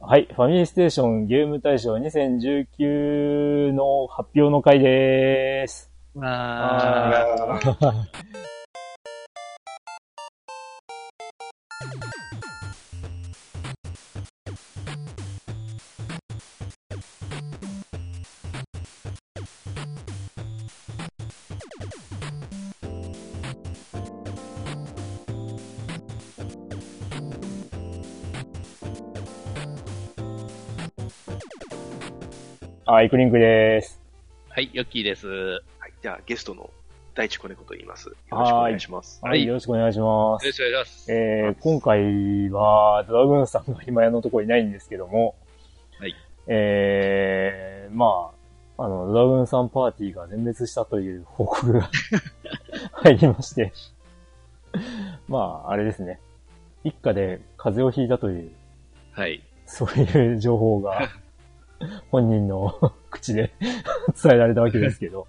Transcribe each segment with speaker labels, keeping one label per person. Speaker 1: はい。ファミリーステーションゲーム大賞2019の発表の回でーす。
Speaker 2: あ
Speaker 1: あ、イクリンクでーす。
Speaker 3: はい、ヨッキーです。
Speaker 4: はい、じゃあゲストの大地子猫と言います。よろしくお願いします。
Speaker 3: は
Speaker 1: はいい。よろしくお願いします。
Speaker 3: よろしくお願いします。
Speaker 1: えー、今回は、ドラグーンさんが今やのところいないんですけども、
Speaker 3: はい。
Speaker 1: えー、まあ、あの、ドラグーンさんパーティーが全滅したという報告 が入りまして、まあ、あれですね。一家で風邪をひいたという、
Speaker 3: はい。
Speaker 1: そういう情報 が、本人の 口で伝えられたわけですけど、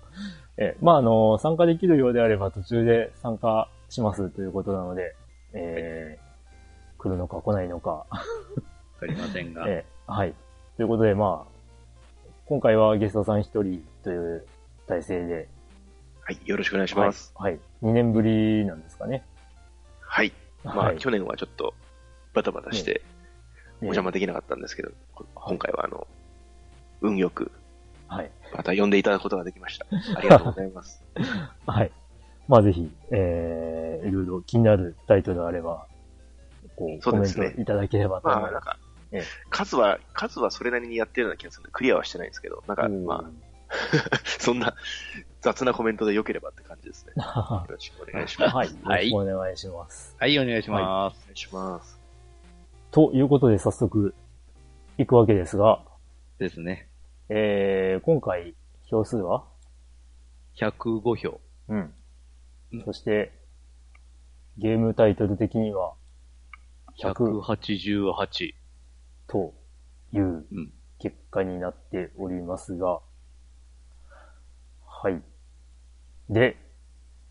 Speaker 1: えまあ、あの、参加できるようであれば途中で参加しますということなので、えー来るのか来ないのか、
Speaker 3: わかりませんが。
Speaker 1: えーはい。ということで、まあ、今回はゲストさん一人という体制で、
Speaker 4: はい、よろしくお願いします。
Speaker 1: はい。はい、2年ぶりなんですかね。
Speaker 4: はい。まあ、
Speaker 1: はい。
Speaker 4: 去年はちょっとバタバタしてお邪魔できなかったんですけど、こ今回はあの、運よく
Speaker 1: はい。
Speaker 4: また呼んでいただくことができました。ありがとうござ います。
Speaker 1: はい。まあぜひ、えー、いろいろ気になるタイトルがあれば、こう、
Speaker 4: そ
Speaker 1: コ
Speaker 4: う
Speaker 1: メ
Speaker 4: で
Speaker 1: ン
Speaker 4: すね
Speaker 1: トいただければと思い
Speaker 4: ま
Speaker 1: ま
Speaker 4: あ、
Speaker 1: す
Speaker 4: なん。か
Speaker 1: ええ、
Speaker 4: 数は、数はそれなりにやってるような気がするんで、クリアはしてないんですけど、なんか、まあ、 そんな雑なコメントで良ければって感じですね。よ
Speaker 1: あ、
Speaker 4: ろしくお願いしま す。
Speaker 1: はい。よ
Speaker 3: は
Speaker 1: ろ
Speaker 3: い
Speaker 1: しくお願いします。
Speaker 3: はい、お願いします。
Speaker 4: お願いします。
Speaker 1: ということで、早速、行くわけですが、
Speaker 3: ですね。
Speaker 1: えー、今回、票数は
Speaker 3: 105票。
Speaker 1: うん
Speaker 3: うん。
Speaker 1: そして、ゲームタイトル的には、100
Speaker 3: 188。
Speaker 1: という
Speaker 3: うん
Speaker 1: 結果になっておりますが、はい。で、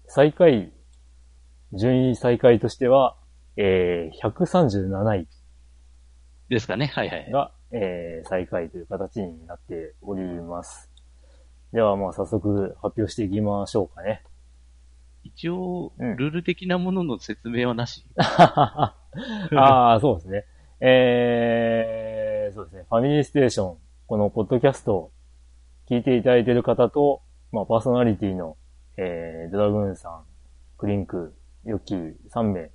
Speaker 1: 最下位、順位最下位としては、えー、137位
Speaker 3: ですかね。はいはい。
Speaker 1: が、えー、最下位という形になっております。では、まあ、早速発表していきましょうかね。
Speaker 3: 一応、
Speaker 1: うん
Speaker 3: ルール的なものの説明はなし。
Speaker 1: あ あ、そうですね。えー、そうですね。ファミリーステーション、このポッドキャストを聞いていただいている方と、まあ、パーソナリティの、えー、ドラグーンさん、クリンク、ヨッキー3名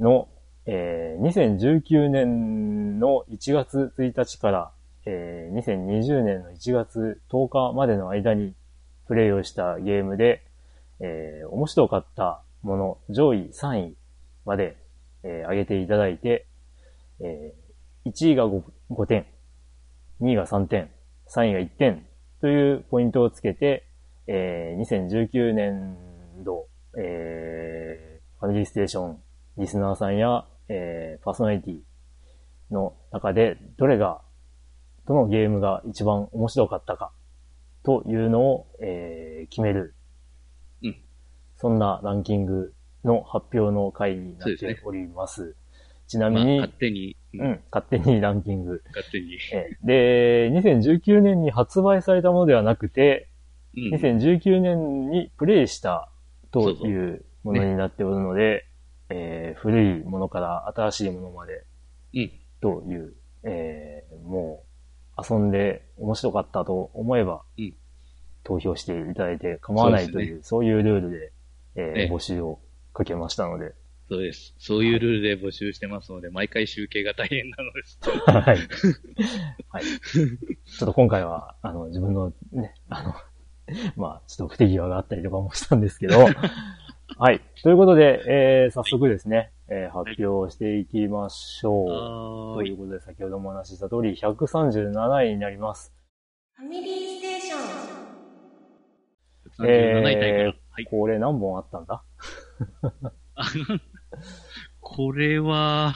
Speaker 1: の、えー、2019年の1月1日から、えー、2020年の1月10日までの間にプレイをしたゲームで、えー、面白かったもの、上位3位まで、えー上げていただいて、えー1位が 5, 5点、2位が3点、3位が1点というポイントをつけて、えー2019年度、えーファミリーステーションリスナーさんや、えーパーソナリティの中で、どれが、どのゲームが一番面白かったかというのを、えー決める。
Speaker 3: うん
Speaker 1: そんなランキングの発表の回になっ
Speaker 3: そうで
Speaker 1: て
Speaker 3: す
Speaker 1: おります。ちな
Speaker 3: ま
Speaker 1: み
Speaker 3: あ、
Speaker 1: に、
Speaker 3: 勝手に、う
Speaker 1: うんん、勝手にランキング。
Speaker 3: 勝手に。
Speaker 1: ええで、2019年に発売されたものではなくて、
Speaker 3: うん。
Speaker 1: 2019年にプレイしたと
Speaker 3: そうそう
Speaker 1: いうものになっておるので、えー古いものから新しいものまで
Speaker 3: うん。
Speaker 1: という、えーもう遊んで面白かったと思えば、
Speaker 3: うん
Speaker 1: 投票していただいて構わないという、そう,、いうルールで、えー
Speaker 3: ええ
Speaker 1: 募集をかけましたので、
Speaker 3: そうです。そういうルールで募集してますので、毎回集計が大変なのです。
Speaker 1: はい。はい。ちょっと今回は、あの、自分のね、あの、まあ、ちょっと不手際があったりとかもしたんですけど、はい。ということで、えー、早速ですね、えー発表していきましょう。
Speaker 3: は
Speaker 1: という。ことで、先ほどもお話しした通り、137位になります。
Speaker 5: ファミリーステーション
Speaker 3: 37位タイから。
Speaker 1: えー
Speaker 3: はい。
Speaker 1: これ何本あったんだ
Speaker 3: これは、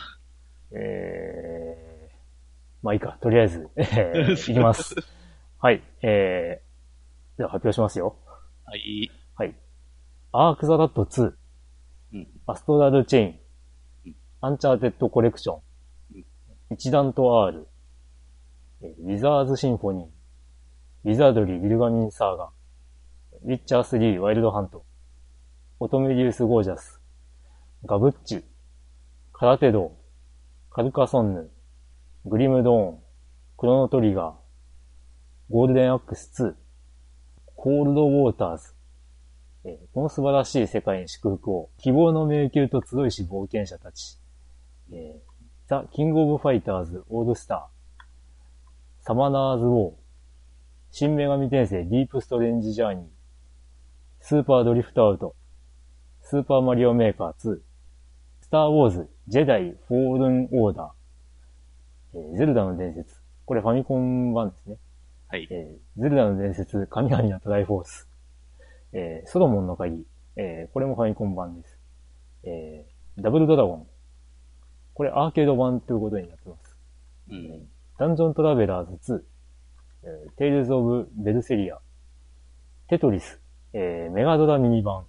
Speaker 1: えー、まあいいか、とりあえず、えー、いきます。はい、えー、では発表しますよ。
Speaker 3: はい。
Speaker 1: はい。アークザダット2、
Speaker 3: うん
Speaker 1: アストラルチェイン、
Speaker 3: うん
Speaker 1: アンチャーテッドコレクション、
Speaker 3: うん
Speaker 1: 一段と R、えーウィザーズ・シンフォニー、ウィザードリー・ギルガミン・サーガン、ウィッチャー3・ワイルド・ハント、オトメディウス・ゴージャス、ガブッチ、カラテド、カルカソンヌ、グリムドーン、クロノトリガー、ゴールデンアックス2、コールドウォーターズ、えーこの素晴らしい世界に祝福を、希望の迷宮と集いし冒険者たち、えーザ・キング・オブ・ファイターズ・オールスター、サマナーズ・ウォー、新女神転生・ディープ・ストレンジ・ジャーニー、スーパー・ドリフト・アウト、スーパーマリオメーカー2、スター・ウォーズ、ジェダイ・フォールン・オーダー、えーゼルダの伝説。これファミコン版ですね。
Speaker 4: はい。
Speaker 1: えーゼルダの伝説、神々のトライフォース。えーソロモンの鍵。えーこれもファミコン版です。えーダブルドラゴン。これアーケード版ということになってます。
Speaker 3: うん。
Speaker 1: ダンジョントラベラーズ2、えー、テイルズ・オブ・ベルセリア、テトリス、えーメガドラミニ版。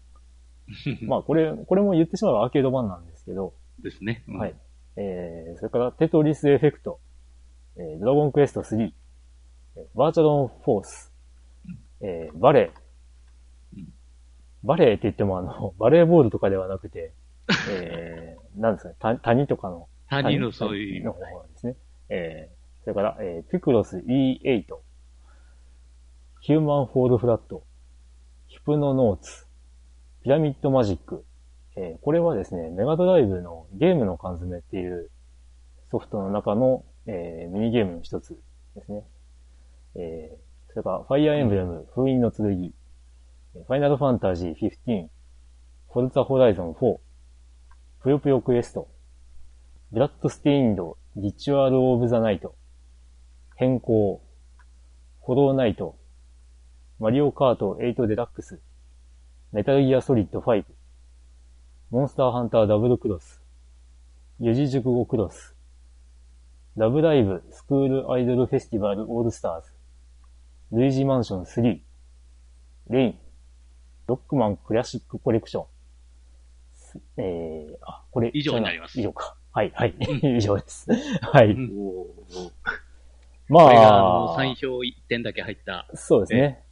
Speaker 1: まあ、これ、これも言ってしまえばアーケード版なんですけど、
Speaker 3: ですね。うん
Speaker 1: はい。。えー、それから、テトリスエフェクト、えー、ドラゴンクエスト3、えーバーチャルオンフォース、えー、バレー
Speaker 3: うん。
Speaker 1: バレーって言っても、あの、バレーボールとかではなくて、えー、なんですかね、た谷とかの
Speaker 3: 他人のそういう意
Speaker 1: の
Speaker 3: 味
Speaker 1: 方。なんですね。えー、それから、えー、ピクロス E8、ヒューマンフォールフラット、ヒプノノーツ、ピラミッドマジック。えー、これはですね、メガドライブのゲームの缶詰っていうソフトの中の、えー、ミニゲームの一つですね。えー、それから、ファイアーエンブレム、封印の剣、えーファイナルファンタジー15、フォルツァホライゾン4、ぷよぷよクエスト、ブラッドステインド、リチュアル・オブ・ザ・ナイト、変更、ホローナイト、マリオカート8デラックス、メタルギアソリッド5、モンスターハンターダブルクロス、四字熟語クロス、ラブライブスクールアイドルフェスティバルオールスターズ、ルイージマンション3、レイン、ロックマンクラシックコレクション、すえー、あ、これ、
Speaker 3: 以上になります
Speaker 1: 以上か。はい、はい。 以上です。はい。
Speaker 3: うん
Speaker 1: ま
Speaker 3: これが、あの、
Speaker 1: あ、
Speaker 3: 3票1点だけ入った。
Speaker 1: そうですね。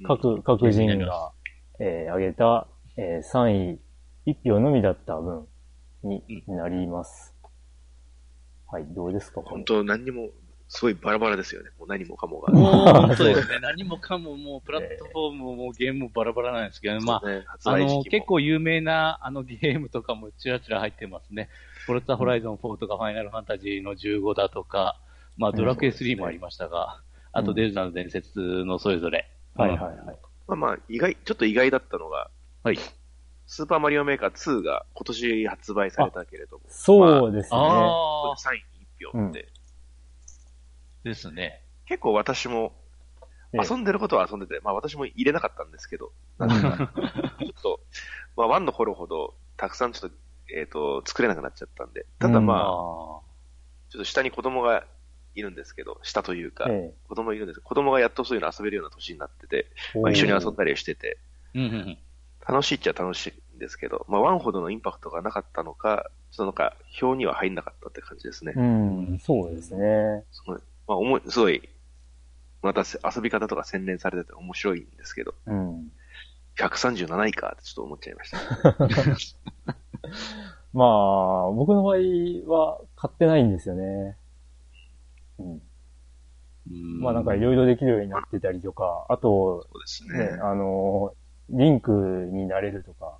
Speaker 4: うん
Speaker 1: 各、各
Speaker 3: 気にな
Speaker 1: 人
Speaker 3: り
Speaker 1: が
Speaker 3: ま、
Speaker 1: えー、挙げた、えー、3位、1票のみだった分に
Speaker 3: う
Speaker 1: なります。はい、どうですかこれ
Speaker 4: 本当何にも、すごいバラバラですよね。もう何もかもが。
Speaker 3: もう、本当です ね。何もかも、もう、プラットフォームも、もう、ゲームもバラバラなんですけど、まあ、
Speaker 4: そうね、発
Speaker 3: あ
Speaker 4: 売時期
Speaker 3: の、
Speaker 4: も
Speaker 3: 結、構有名な、あの、ゲームとかも、ちらちら入ってますね。フォルツァホライゾン4とか、ファイナルファンタジーの15だとか、まあ、ドラクエ3もありましたが、
Speaker 1: うん
Speaker 3: あと、デルダの伝説のそれぞれ。
Speaker 1: はい、はい、はい。
Speaker 4: まあまあ、意外、ちょっと意外だったのが、
Speaker 3: はい。
Speaker 4: スーパーマリオメーカー2が今年発売されたけれども、
Speaker 1: そうですね。
Speaker 3: ああ、
Speaker 4: 3位に1票って、
Speaker 3: ですね。
Speaker 4: 結構私も、
Speaker 1: ええ
Speaker 4: 遊んでることは遊んでて、まあ私も入れなかったんですけど、なん か、ちょっと、まあ1の頃ほど、たくさんちょっと、えっ、と、作れなくなっちゃったんで、ただ
Speaker 1: あ
Speaker 4: まあ、
Speaker 3: あ
Speaker 4: ちょっと下に子供がいるんですけど、下というか、
Speaker 1: え
Speaker 4: 子供いるんです子供がやっとそういうの遊べるような年になってて、
Speaker 1: ー
Speaker 4: まあ、一緒に遊んだりしてて、
Speaker 3: ー。うんうんうん。
Speaker 4: 楽しいっちゃ楽しいんですけど、まあ、ワンほどのインパクトがなかったのか、ちょっとなんか、表には入んなかったって感じですね。
Speaker 1: うん、そうですね。
Speaker 4: すごい、まあ、思い、すごい、またせ遊び方とか洗練されてて面白いんですけど、
Speaker 1: うん。
Speaker 4: 137位かってちょっと思っちゃいま した。
Speaker 1: まあ、僕の場合は買ってないんですよね。うん。まあなんかいろいろできるようになってたりとか、あと、
Speaker 4: そうですね。
Speaker 1: ね、あの、リンクになれるとか。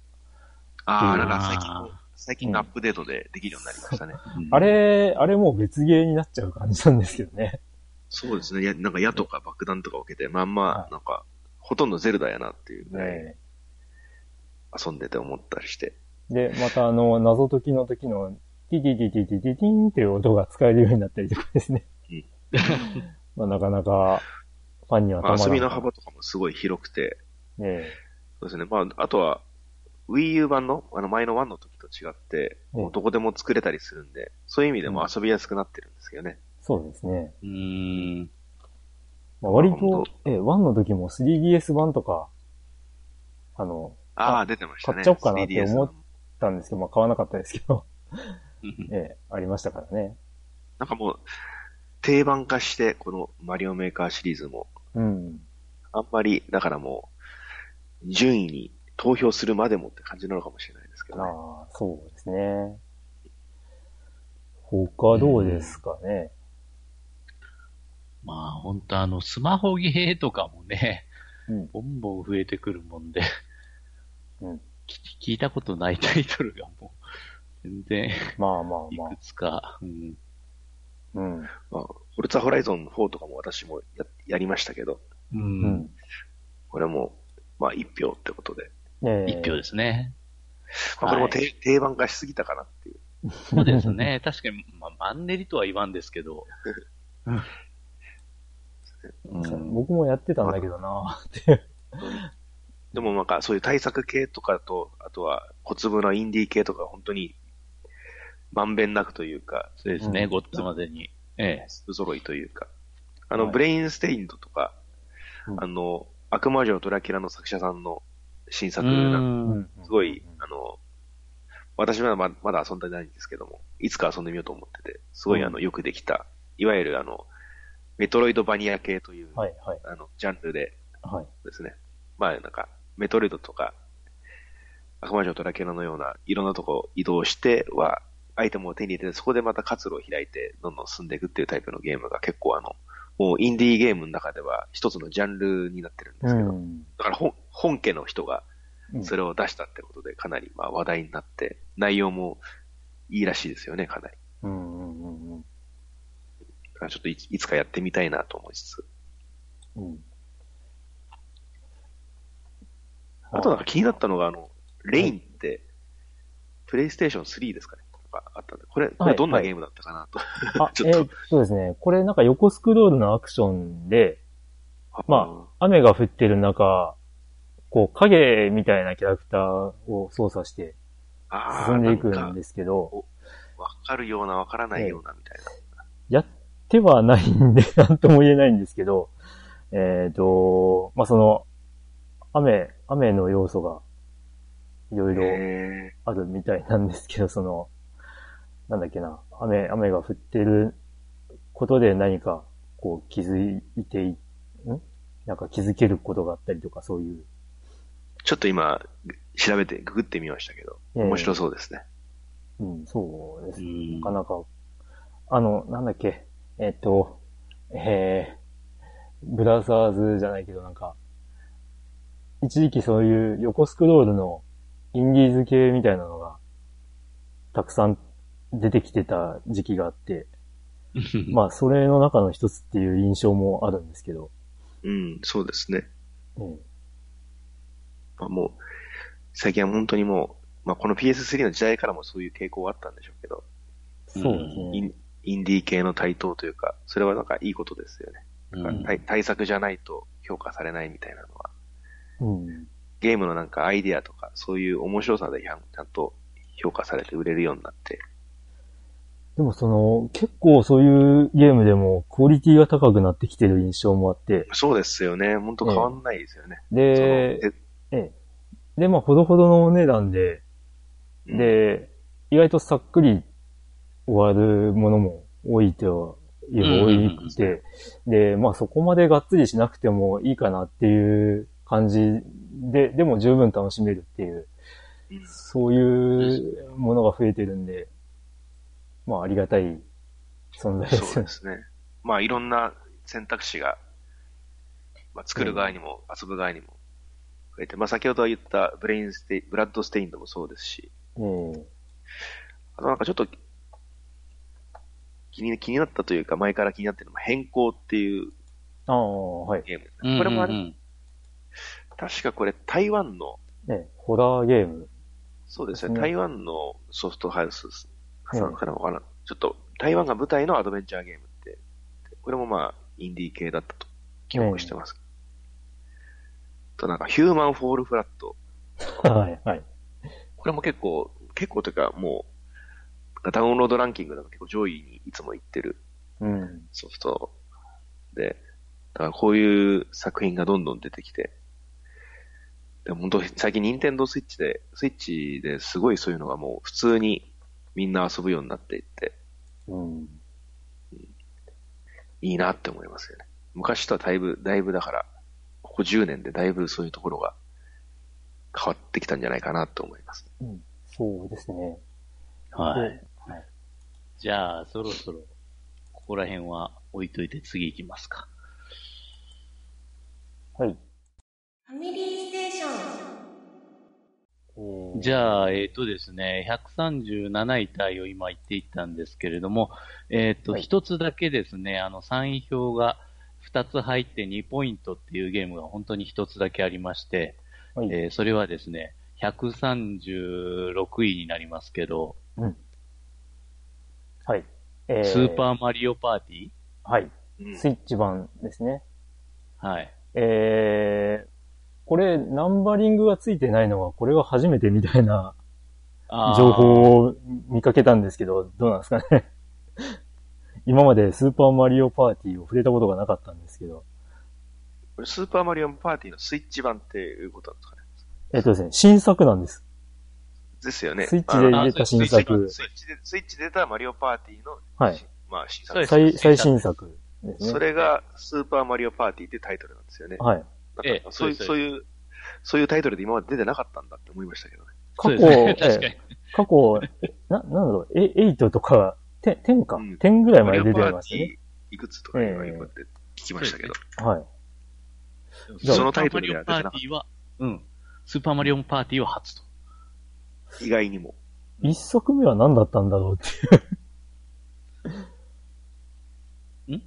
Speaker 1: う
Speaker 4: ああ、
Speaker 1: ん
Speaker 4: なんか最近も、最近のアップデートでできるようになりましたね。
Speaker 1: あれ、あれもう別ゲーになっちゃう感じなんですけどね。
Speaker 4: そうですね。やなんか矢とか爆弾とか受けて、まんま、なんか、ほとんどゼルダやなっていうぐらい
Speaker 1: ね
Speaker 4: 遊んでて思ったりして。
Speaker 1: で、またあの、謎解きの時の、ティティティティティティティンっていう音が使えるようになったりとかですね
Speaker 4: うん。
Speaker 1: まあなかなか、ファンにはたま
Speaker 4: まあ、
Speaker 1: ら
Speaker 4: 遊
Speaker 1: ない。
Speaker 4: びの幅とかもすごい広くて、
Speaker 1: ね
Speaker 4: そうですね。まあ、あとは、Wii U 版の、あの前の1の時と違って、
Speaker 1: うん
Speaker 4: もうどこでも作れたりするんで、そういう意味でも遊びやすくなってるんですけどね。
Speaker 1: そうですね。
Speaker 3: うーん。
Speaker 1: まあ、割
Speaker 4: 本
Speaker 1: と、ええ、1の時も 3DS 版とか、あの、
Speaker 4: ああ、出てましたね。
Speaker 1: 買っちゃおうかなって
Speaker 4: 3DS
Speaker 1: 思ったんですけど、まあ 買わなかったですけど、
Speaker 3: うん
Speaker 1: ええ、ありましたからね。
Speaker 4: なんかもう、定番化して、このマリオメーカーシリーズも、
Speaker 1: うん。
Speaker 4: あんまり、だからもう、順位に投票するまでもって感じなのかもしれないですけど、ね、
Speaker 1: ああ、そうですね。他どうですかね。
Speaker 3: まあ、本当あの、スマホゲーとかもね、
Speaker 1: うん
Speaker 3: ボンボン増えてくるもんで、
Speaker 1: うん
Speaker 3: き聞いたことないタイトルがもう、全然、
Speaker 1: まあまあ
Speaker 3: い
Speaker 1: まあ
Speaker 3: く。つか、うん、
Speaker 1: うん。
Speaker 4: まあ、オルツァホライゾン4とかも私もややりましたけど、
Speaker 3: う、
Speaker 1: うんん。
Speaker 4: これも、まあ、一票ってことで、
Speaker 1: え。
Speaker 3: 一票ですすね。
Speaker 4: まあ、これも定,、
Speaker 3: は
Speaker 4: 定番化しすぎたかなっていう。
Speaker 3: そうですね。確かに、まあ、マンネリとは言わんですけど、うん
Speaker 1: 僕もやってたんだけどな。
Speaker 4: でもなんか、そういう対策系とかと、あとは小粒のインディー系とか、本当に、まんべんなくというか、
Speaker 3: そうですね、
Speaker 1: うん
Speaker 3: ごっつまでに。ええ。
Speaker 4: 不揃いというか、あの、
Speaker 1: はい
Speaker 4: ブレインステインドとか、
Speaker 1: うん
Speaker 4: あの、悪魔女ドラキュラの作者さんの新
Speaker 3: う
Speaker 4: 作なんか
Speaker 3: ん。
Speaker 4: すごい、あの、私はままだ遊んでないんですけども、いつか遊んでみようと思ってて、すごいあの、よくできた、いわゆるあの、メトロイドバニア系という、
Speaker 1: はいはい
Speaker 4: あの、ジャンルで
Speaker 1: はい。
Speaker 4: ですね、まあなんか、メトロイドとか、悪魔女ドラキュラのような、いろんなとこ移動しては、アイテムを手に入れて、そこでまた活路を開いて、どんどん進んでいくっていうタイプのゲームが結構あの、もうインディーゲームの中では一つのジャンルになってるんですけど、
Speaker 1: ん。
Speaker 4: だから本本家の人が
Speaker 1: うん
Speaker 4: それを出したってことでかなりまあ話題になって、内容もいいらしいですよね、かなり。
Speaker 1: うんうんうんうん。
Speaker 4: だからちょっといいつかやってみたいなと思いつつ。
Speaker 1: うん
Speaker 4: あとなんか気になったのが、あの、レインって、プレイステーション3ですかねなんかあったんで、これ、これどんなゲームだったかなと。
Speaker 1: あ、
Speaker 4: ち
Speaker 1: え
Speaker 4: ょっと
Speaker 1: ーっとですね、これなんか横スクロールのアクションで、ま雨が降ってる中、こう影みたいなキャラクターを操作して
Speaker 4: あー
Speaker 1: 進んでいく
Speaker 4: なん
Speaker 1: ん
Speaker 4: か
Speaker 1: ですけど、
Speaker 4: わかるような、わからないようなみたいな。
Speaker 1: やってはないんで、なんとも言えないんですけど、えっ、と、まあ、その、雨、雨の要素がいろいろ
Speaker 4: へ
Speaker 1: あるみたいなんですけど、その、なんだっけな、雨、雨が降ってることで何か、こう、気づいてい、んなんか気づけることがあったりとか、そういう。
Speaker 4: ーちょっと今、調べて、ググってみましたけど、
Speaker 1: えー
Speaker 4: 面白そうですね。
Speaker 1: うん、そうです
Speaker 3: う
Speaker 1: ね。
Speaker 3: ん
Speaker 1: なかなか、あの、なんだっけ、えっと、えー、ブラザーズじゃないけど、なんか、一時期そういう横スクロールのインディーズ系みたいなのが、たくさん出てきてた時期があって、まあ、それの中の一つっていう印象もあるんですけど、
Speaker 4: うん、そうですね。
Speaker 1: うん
Speaker 4: まあ、もう、最近は本当にもう、まあ、この PS3 の時代からもそういう傾向はあったんでしょうけど、
Speaker 1: そうです
Speaker 4: イ
Speaker 1: ね。
Speaker 4: ンインディー系の台頭というか、それはなんかいいことですよね。
Speaker 3: うん
Speaker 4: 対対策じゃないと評価されないみたいなのは、
Speaker 1: うん。
Speaker 4: ゲームのなんかアイデアとか、そういう面白さでちゃんちゃんと評価されて売れるようになって、
Speaker 1: でもその、結構そういうゲームでもクオリティが高くなってきてる印象もあって、
Speaker 4: そうですよね。本当変わんないですよね。その
Speaker 1: で、ええ。で、まあ、ほどほどのお値段で、
Speaker 4: うん
Speaker 1: で、意外とさっくり終わるものも多いといえば多いくて、で、まあ、そこまでがっつりしなくてもいいかなっていう感じで、でも十分楽しめるっていう、
Speaker 4: うん
Speaker 1: そういうものが増えてるんで、まあ、ありがたい存在です
Speaker 4: そう
Speaker 1: よ
Speaker 4: で
Speaker 1: ね。
Speaker 4: すね。まあいろんな選択肢が、まあ、作る側にも遊ぶ側にも増えて、まあ先ほど言ったブレインステイ、ブラッドステインドもそうですし、
Speaker 1: え
Speaker 4: あとなんかちょっと気に気になったというか前から気になってるのが変更っていう
Speaker 1: えああ、はい。
Speaker 4: ゲームです
Speaker 3: うん
Speaker 4: ね。これもあれ、
Speaker 3: うんうん
Speaker 4: 確かこれ台湾の、
Speaker 1: ねえホラーゲーム。
Speaker 4: そうですね、
Speaker 1: うん
Speaker 4: 台湾のソフトハウスさ
Speaker 1: うん
Speaker 4: んからわからん。ちょっと台湾が舞台のアドベンチャーゲームって、これもまあインディー系だったと記憶してます。となんかヒューマンフォールフラット。
Speaker 1: はい、はい。
Speaker 4: これも結構、結構というかもう、ダウンロードランキングでも結構上位にいつも行ってる
Speaker 1: うん。
Speaker 4: ソフトで、だからこういう作品がどんどん出てきて、でも本当最近任天堂スイッチで、スイッチですごいそういうのがもう普通にみんな遊ぶようになっていって、
Speaker 1: うん。
Speaker 4: いいなって思いますよね。昔とはだいぶ、だいぶだから、ここ10年でだいぶそういうところが変わってきたんじゃないかなと思います。
Speaker 1: そうですね。
Speaker 3: はい。
Speaker 1: はい
Speaker 3: じゃあ、そろそろ、ここら辺は置いといて次行きますか。
Speaker 1: はい。
Speaker 5: ファミリーステーション
Speaker 1: えー
Speaker 3: じゃあ、えっ、とですね、137位タイを今言っていったんですけれども、えっ、と、
Speaker 1: はい
Speaker 3: 一つだけですね、あの、3位票が2つ入って2ポイントっていうゲームが本当に一つだけありまして、
Speaker 1: はい
Speaker 3: えーそれはですね、136位になりますけど、
Speaker 1: はい。えー
Speaker 3: スーパーマリオパーティー
Speaker 1: はい。
Speaker 4: うん
Speaker 1: スイッチ版ですね。
Speaker 3: はい。
Speaker 1: えー、これ、ナンバリングがついてないのは、これが初めてみたいな
Speaker 3: あー
Speaker 1: 情報を見かけたんですけど、どうなんですかね。 今までスーパーマリオパーティーを触れたことがなかったんですけど、
Speaker 4: これスーパーマリオパーティーのスイッチ版っていうことなんですかね。
Speaker 1: えっとですね、新作なんです。
Speaker 4: ですよね。
Speaker 1: スイッチで
Speaker 4: あの
Speaker 1: 入れた新作。
Speaker 4: スイッチで、スイッチで出たマリオパーティーの、
Speaker 1: はい。
Speaker 4: まあ、新
Speaker 3: そう
Speaker 4: 作
Speaker 3: で。す
Speaker 1: 最最新作ですね。
Speaker 4: それが、スーパーマリオパーティーってタイトルなんですよね。
Speaker 1: はい。
Speaker 4: なんかそういう、
Speaker 3: ええ
Speaker 4: そういう、そういうタイトルで今まで出てなかったんだって思いましたけどね。
Speaker 1: 過去、
Speaker 3: そう ですね確か
Speaker 1: え
Speaker 3: に
Speaker 1: え。過去、な、なんだろう、え、8とか、10, 10か、
Speaker 4: うん
Speaker 1: 10ぐらいま
Speaker 4: マリ
Speaker 1: で
Speaker 4: オ
Speaker 1: 出
Speaker 4: パ
Speaker 1: て
Speaker 4: ー
Speaker 1: まし
Speaker 4: テ
Speaker 1: た
Speaker 4: ィ
Speaker 1: ね。
Speaker 4: ーいくつとかいうのがよくって聞きましたけど。
Speaker 1: はい。じゃあ
Speaker 4: そのタイトルでは
Speaker 3: スーパーマリオパーティーは、うん。スーパーマリオパーティーは初と。
Speaker 4: 意外にも。
Speaker 1: 一作目は何だったんだろうっていう。
Speaker 3: ん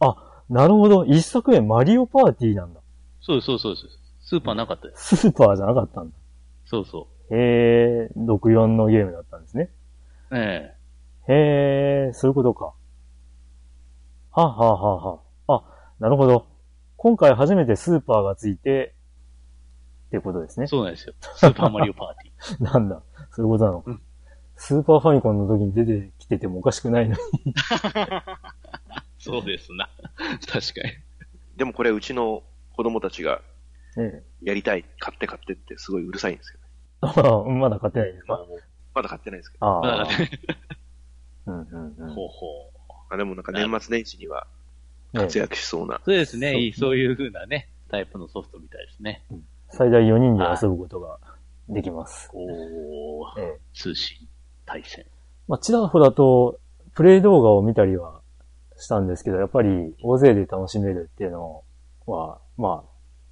Speaker 1: あ、なるほど。一作目マリオパーティーなんだ。
Speaker 3: そうですそうですそうです。スーパーなかったです。
Speaker 1: スーパーじゃなかったんだ。
Speaker 3: そうそう。
Speaker 1: へえ、64のゲームだったんですね。
Speaker 3: え
Speaker 1: へえ、そういうことか。はあ、はあはあはあ、あ、なるほど。今回初めてスーパーがついて、ってことです
Speaker 3: え
Speaker 1: ね。
Speaker 3: そうなんですよ。スーパーマリオパーティー。
Speaker 1: なんだ、そういうことなのか。
Speaker 3: うん
Speaker 1: スーパーファミコンの時に出てきててもおかしくないのに。
Speaker 3: そうですな。確かに。
Speaker 4: でもこれ、うちの子供たちが、
Speaker 1: ねえ
Speaker 4: やりたい、買って買ってってすごいうるさいんですよね。
Speaker 1: あまだ買ってないです
Speaker 4: ま
Speaker 1: か
Speaker 4: あ、まだ買ってないですけど。
Speaker 1: あ
Speaker 3: まだ
Speaker 1: あ。
Speaker 3: ね、
Speaker 1: うんうんうん。
Speaker 3: ほうほう。
Speaker 4: あでもなんか年末年始には
Speaker 1: ね
Speaker 4: 活躍しそうな。
Speaker 3: そうですね。
Speaker 1: そう
Speaker 3: いいそういう風なね、タイプのソフトみたいですね。
Speaker 1: 最大4人で遊ぶことができます。
Speaker 3: おー、
Speaker 1: ええ
Speaker 3: 通信、対戦。
Speaker 1: まあ、ちらほらと、プレイ動画を見たりはしたんですけど、やっぱり大勢で楽しめるっていうのは、ま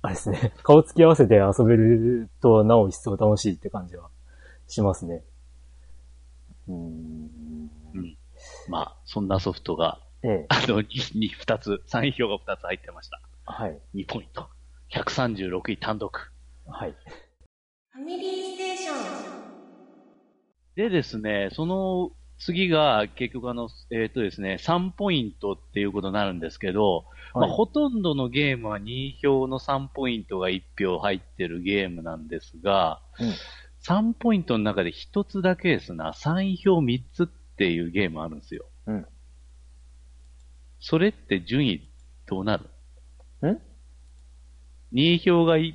Speaker 1: あ、あれですね。 顔つき合わせて遊べると、なお一層楽しいって感じはしますね。うーん。
Speaker 3: まあ、そんなソフトが、
Speaker 1: ええ。
Speaker 3: あの、2, に2つ、3位票が2つ入ってました。
Speaker 1: はい。
Speaker 3: 2ポイント。136位単独。
Speaker 1: はい。
Speaker 5: ファミリーステーション
Speaker 3: でですね、その次が結局あの、えっ、とですね、3ポイントっていうことになるんですけど、まあ、
Speaker 1: はい
Speaker 3: ほとんどのゲームは2票の3ポイントが1票入ってるゲームなんですが、
Speaker 1: うん
Speaker 3: 3ポイントの中で1つだけですな、3票3つっていうゲームあるんですよ。
Speaker 1: うん
Speaker 3: それって順位どうなる
Speaker 1: ん
Speaker 3: ?2 票が 1,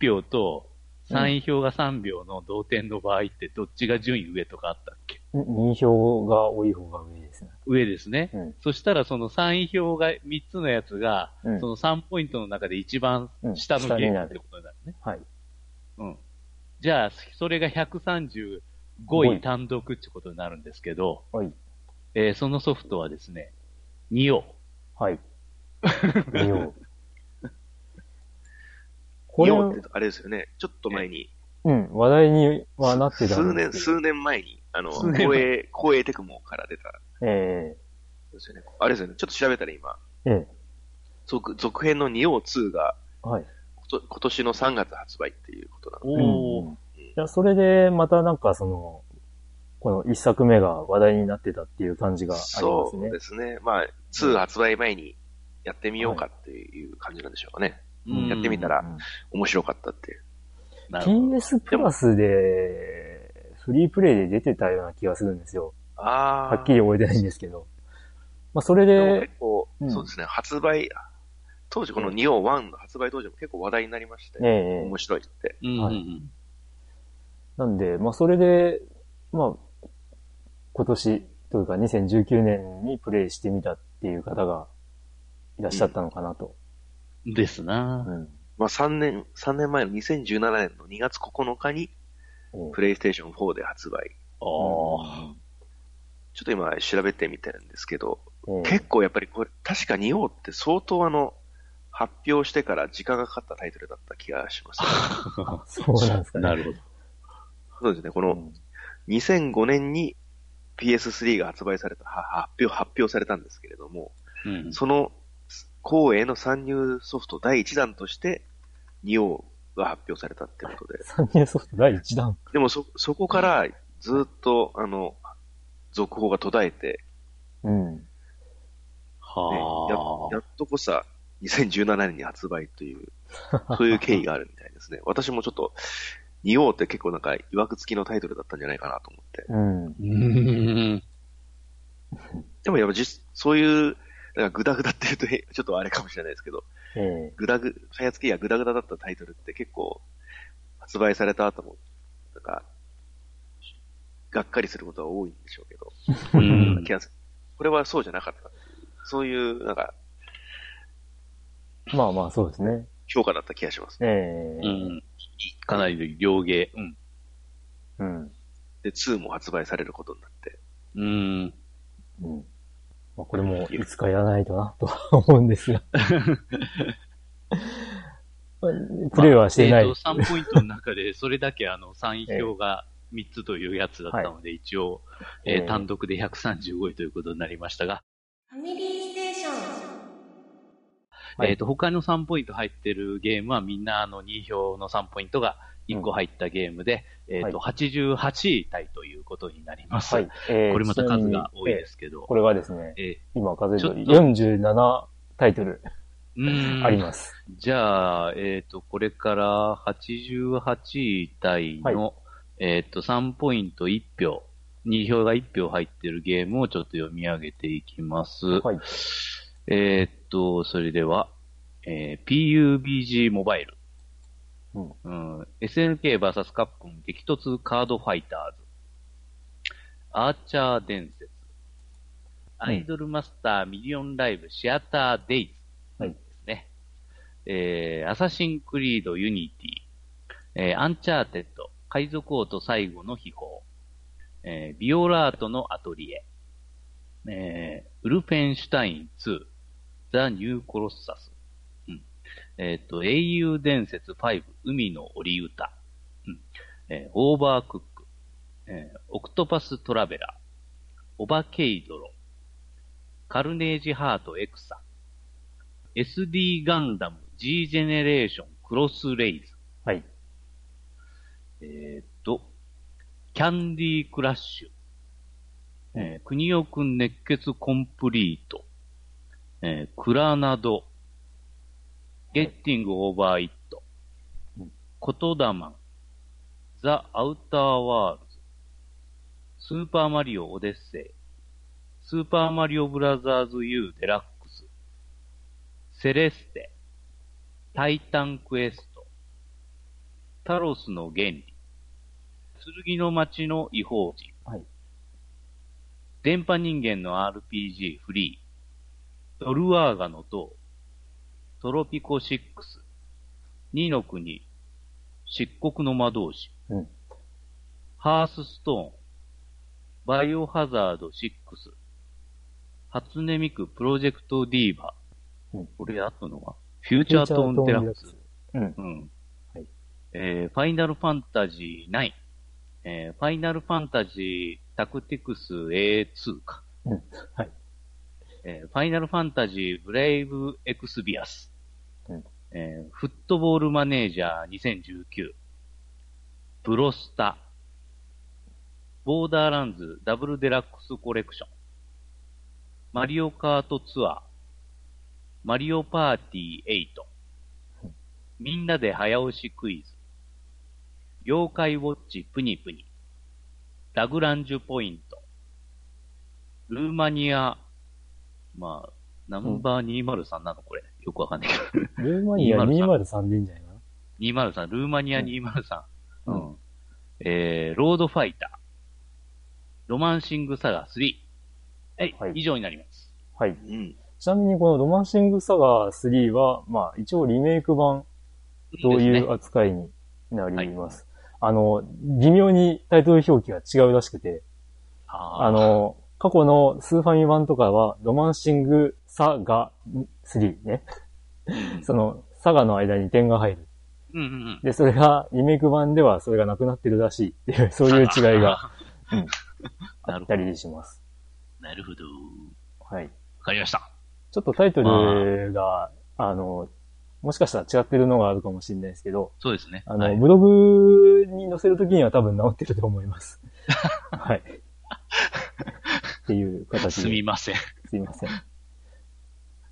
Speaker 3: 票と3票が3票の同点の場合ってどっちが順位上とかあったっけ
Speaker 1: 認票が多い方が上ですね。
Speaker 3: 上ですね。
Speaker 1: うん
Speaker 3: そしたらその3位票が3つのやつが、
Speaker 1: うん
Speaker 3: その3ポイントの中で一番下のゲームってことになるね。
Speaker 1: はい。
Speaker 3: うん。じゃあ、それが135
Speaker 1: 五
Speaker 3: 位
Speaker 1: 位
Speaker 3: 単独ってことになるんですけど、
Speaker 1: はい。
Speaker 3: えーそのソフトはですね、2を。
Speaker 1: はい。見よう。こ
Speaker 4: 日
Speaker 1: れ
Speaker 4: 本
Speaker 1: は
Speaker 4: って、あれですよね。ちょっと前に、
Speaker 1: うん、話題にはなってた
Speaker 4: 数
Speaker 1: んで
Speaker 4: 年、
Speaker 1: すけど。
Speaker 4: 数年前に、あの、
Speaker 3: 数年前
Speaker 4: 公営、公営テクモから出たん
Speaker 1: え
Speaker 4: ですよね。あれですよね。ちょっと調べたら今、
Speaker 1: ええ
Speaker 4: 続続編の仁王2が、
Speaker 1: えはい。
Speaker 4: こと今年の3月発売っていうことなの。
Speaker 1: うんうんいや、それで、またなんかその、この一作目が話題になってたっていう感じがありま
Speaker 4: そ
Speaker 1: すね
Speaker 4: う。ですね。まあ、2発売前にやってみようかっていう感じなんでしょうかね。
Speaker 1: うん
Speaker 4: やってみたら面白かったっていう。
Speaker 3: なるほど。
Speaker 1: PS プラスで、フリープレイで出てたような気がするんですよ。
Speaker 4: あ
Speaker 1: はっきり覚えてないんですけど。まあ、それ
Speaker 4: でも
Speaker 1: で
Speaker 4: 結、構、
Speaker 1: うん
Speaker 4: そうですね、発売、当時この仁王1の発売当時も結構話題になりまして、
Speaker 1: ええええ
Speaker 4: 面白いって。
Speaker 3: うんうんう
Speaker 1: は
Speaker 3: ん
Speaker 1: なんで、まあ、それで、まあ、今年というか2019年にプレイしてみたっていう方がいらっしゃったのかなと。
Speaker 3: ですな
Speaker 1: うん。
Speaker 4: まあ、3年、3年前の2017年の2月9日に、
Speaker 1: おう
Speaker 4: プレイステーション4で発売。
Speaker 1: あ
Speaker 4: ちょっと今調べてみてるんですけど、
Speaker 1: うん
Speaker 4: 結構やっぱりこれ、確かに王って相当あの、発表してから時間がかかったタイトルだった気がします、
Speaker 1: あそうなんですかね。
Speaker 3: なるほど。
Speaker 4: そうですね、この2005年に PS3 が発売された、は発表、発表されたんですけれども、
Speaker 3: うん。
Speaker 4: その、光栄の参入ソフト第1弾として、ニオが発表されたってことで。
Speaker 1: 参入ソフト第1弾。
Speaker 4: でもそ、そこからずっと、あの、続報が途絶えて、
Speaker 1: うん。
Speaker 4: ね
Speaker 3: はあ
Speaker 4: や。やっとこさ、2017年に発売 という、そういう経緯があるみたいですね。私もちょっと、ニオって結構なんか、いわくつきのタイトルだったんじゃないかなと思って。
Speaker 1: うん。
Speaker 3: うん。
Speaker 4: でもやっぱ実、そういう、なんかグダグダって言うと、 へちょっとあれかもしれないですけど、
Speaker 1: ええ
Speaker 4: グダグ、開発経緯がグダグダだったタイトルって結構、発売された後も、なんか、がっかりすることが多いんでしょうけど、
Speaker 3: うん
Speaker 4: 気がするこれはそうじゃなかった。そういう、なんか、
Speaker 1: まあまあ、そうですね。
Speaker 4: 評価だった気がします。
Speaker 1: え
Speaker 3: う
Speaker 1: え
Speaker 3: ん。かなりの両芸。うん。
Speaker 1: うん。
Speaker 4: で、2も発売されることになって、
Speaker 3: うん。
Speaker 1: うん。まあ、これもいつかやらないとな、とは思うんですが。プレイはしていない。
Speaker 3: えーと3ポイントの中 で、それだけあの3位票が3つというやつだったので、一応、えー
Speaker 1: えー
Speaker 3: 単独で135位ということになりましたが、
Speaker 5: ファミリーステーション
Speaker 1: はい
Speaker 3: えーと他の3ポイント入ってるゲームはみんなあの2票の3ポイントが1個入ったゲームで、えーと88位タイということになります。
Speaker 1: はい。えー
Speaker 3: これまた数が多
Speaker 1: ちなみに
Speaker 3: い
Speaker 1: え
Speaker 3: で
Speaker 1: ー
Speaker 3: すけど、
Speaker 1: これがですね、
Speaker 3: え
Speaker 1: 今数え
Speaker 3: ち
Speaker 1: て
Speaker 3: ょっと
Speaker 1: 47タイトル
Speaker 3: ーうーん
Speaker 1: あります。
Speaker 3: じゃあ、えっ、と、これから88位タイの、えっ、と、3ポイント1票、2票が1票入ってるゲームをちょっと読み上げていきます。
Speaker 1: はい。
Speaker 3: えっ、と、それでは、えー PUBG モバイル、
Speaker 1: うん
Speaker 3: うん、SNKVS カップン激突カードファイターズ、アーチャー伝説、アイドルマスターミリオンライブシアターデイズ
Speaker 1: はい
Speaker 3: ですね。えーアサシンクリードユニティ、えーアンチャーテッド、海賊王と最後の秘宝、えービオラートのアトリエ、えーウルフェンシュタイン2、ザ・ニュー・コロッサス、うんえっ、と、英雄伝説5、海の織歌、うんえーオーバークック、えーオクトパス・トラベラー、オバケイドロ、カルネージ・ハート・エクサ、SD ガンダム G ジェネレーションクロスレイズ。
Speaker 1: はい。
Speaker 3: えーっと、キャンディークラッシュ。えー、国尾くん熱血コンプリート。えー、クラナド。ゲッティングオーバーイット。ことだまん。ザ・アウターワールズ。スーパーマリオオデッセイ。スーパーマリオブラザーズ U デラックス。セレステ、タイタンクエスト、タロスの原理、剣の町の異邦人、
Speaker 1: はい
Speaker 3: 電波人間の RPG フリー、ドルワーガの塔、トロピコ6、二の国、漆黒の魔導士、
Speaker 1: うん
Speaker 3: ハースストーン、バイオハザード6、初音ミクプロジェクトディーバこれあったのは、フューチャートーンデラックス。
Speaker 1: うん。
Speaker 3: うん。
Speaker 1: はい
Speaker 3: えーファイナルファンタジー9。えーファイナルファンタジータクティクス A2 か。
Speaker 1: うんはい。
Speaker 3: えーファイナルファンタジーブレイブエクスビアス。
Speaker 1: うん
Speaker 3: えーフットボールマネージャー2019。ブロスタ。ボーダーランズダブルデラックスコレクション。マリオカートツアー。マリオパーティー8。みんなで早押しクイズ。妖怪ウォッチプニプニ。ラグランジュポイント。ルーマニア、まあ、ナンバー203なのこれ。よくわかんないけど。
Speaker 1: ルーマニア
Speaker 3: 203
Speaker 1: 203でいいんじゃないかな。
Speaker 3: 203、ルーマニア
Speaker 1: うん
Speaker 3: 203。う。
Speaker 1: うん
Speaker 3: えー、ロードファイター。ロマンシングサガ3。はい、
Speaker 1: はい
Speaker 3: 以上になります。
Speaker 1: はい。
Speaker 4: うん。
Speaker 1: ちなみにこのロマンシングサガー3は、まあ一応リメイク版と
Speaker 3: です
Speaker 1: い
Speaker 3: ね
Speaker 1: う扱いになります。あの、微妙にタイトル表記が違うらしくて、
Speaker 3: あ
Speaker 1: あの、過去のスーファミ版とかはロマンシングサガー3ね。
Speaker 3: ー
Speaker 1: その、サガの間に点が入る。
Speaker 3: うんうんうん。
Speaker 1: で、それが、リメイク版ではそれがなくなってるらしいっていう、そういう違いがあ
Speaker 3: なる
Speaker 1: っ
Speaker 3: ほ
Speaker 1: た
Speaker 3: ど。
Speaker 1: りします。
Speaker 3: なるほど。
Speaker 1: はい。
Speaker 3: わかりました。
Speaker 1: ちょっとタイトルが、あの、もしかしたら違ってるのがあるかもしれないですけど、
Speaker 3: そうですね。
Speaker 1: あの、
Speaker 3: はい
Speaker 1: ブログに載せるときには多分直ってると思います。はい。っていう形
Speaker 3: す
Speaker 1: で。
Speaker 3: みません。
Speaker 1: すいません。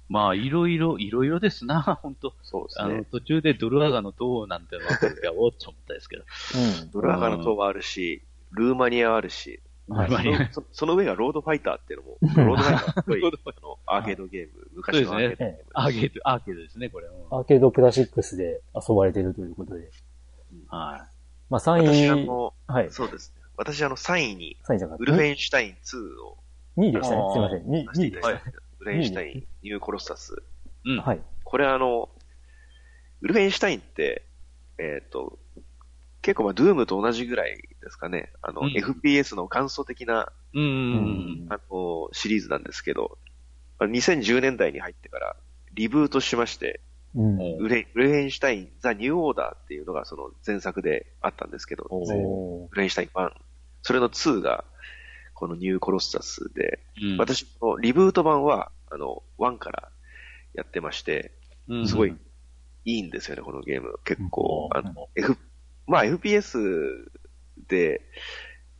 Speaker 3: まあ、いろいろ、いろいろですな、 本当
Speaker 4: そうです
Speaker 3: あの、
Speaker 4: ね。
Speaker 3: 途中でドルアガの塔なんてのやおうと思ったんですけど。
Speaker 1: うん。
Speaker 4: ドラガの塔はあるし、ルーマニアはあるし、
Speaker 1: はい
Speaker 3: ルーマニア
Speaker 4: そのそその上がロードファイターっていうのも、ロードファイターっぽい
Speaker 3: ロードファイ
Speaker 4: あのアーケードゲーム、昔のアーケードゲーム。
Speaker 3: アーケード、アーケードですね、これ。うん
Speaker 1: アーケードクラシックスで遊ばれてるということで。
Speaker 3: は
Speaker 1: まあ、3
Speaker 4: 私あ
Speaker 1: 位、
Speaker 4: の、
Speaker 1: はい。
Speaker 4: そうですね。私あの3位に、
Speaker 1: 3位じゃなかった。
Speaker 4: ウルフェインシュタイン2を
Speaker 1: 2位でしたね
Speaker 3: あ。ー
Speaker 1: すいません。2位
Speaker 4: 出、して
Speaker 1: 2位
Speaker 4: い
Speaker 1: で
Speaker 4: た
Speaker 1: し
Speaker 4: だいたんですけど、ウルフェインシュタイン、ニューコロッサス。
Speaker 3: い。う
Speaker 1: た。
Speaker 3: ん。
Speaker 1: はい。
Speaker 4: これあの、ウルフェインシュタインって、えっ、と、結構まあ、ドゥームと同じぐらいですかね。あの、
Speaker 3: うん
Speaker 4: FPS の元祖的な、
Speaker 3: うんうんうんうん。
Speaker 4: あの、シリーズなんですけど、あの2010年代に入ってから、リブートしまして、
Speaker 1: うん。
Speaker 3: お
Speaker 4: ウレウルフェインシュタイン・ザ・ニュー・オーダーっていうのがその前作であったんですけど、
Speaker 3: お
Speaker 4: ウル
Speaker 1: お
Speaker 4: フェインシュタイン1。それの2が、このニュー・コロッサスで、
Speaker 3: うん
Speaker 4: 私、このリブート版は、あの、1からやってまして、すごい。いいんですよね、このゲーム。結構、
Speaker 1: うん
Speaker 4: あの、F、ま あ FPS で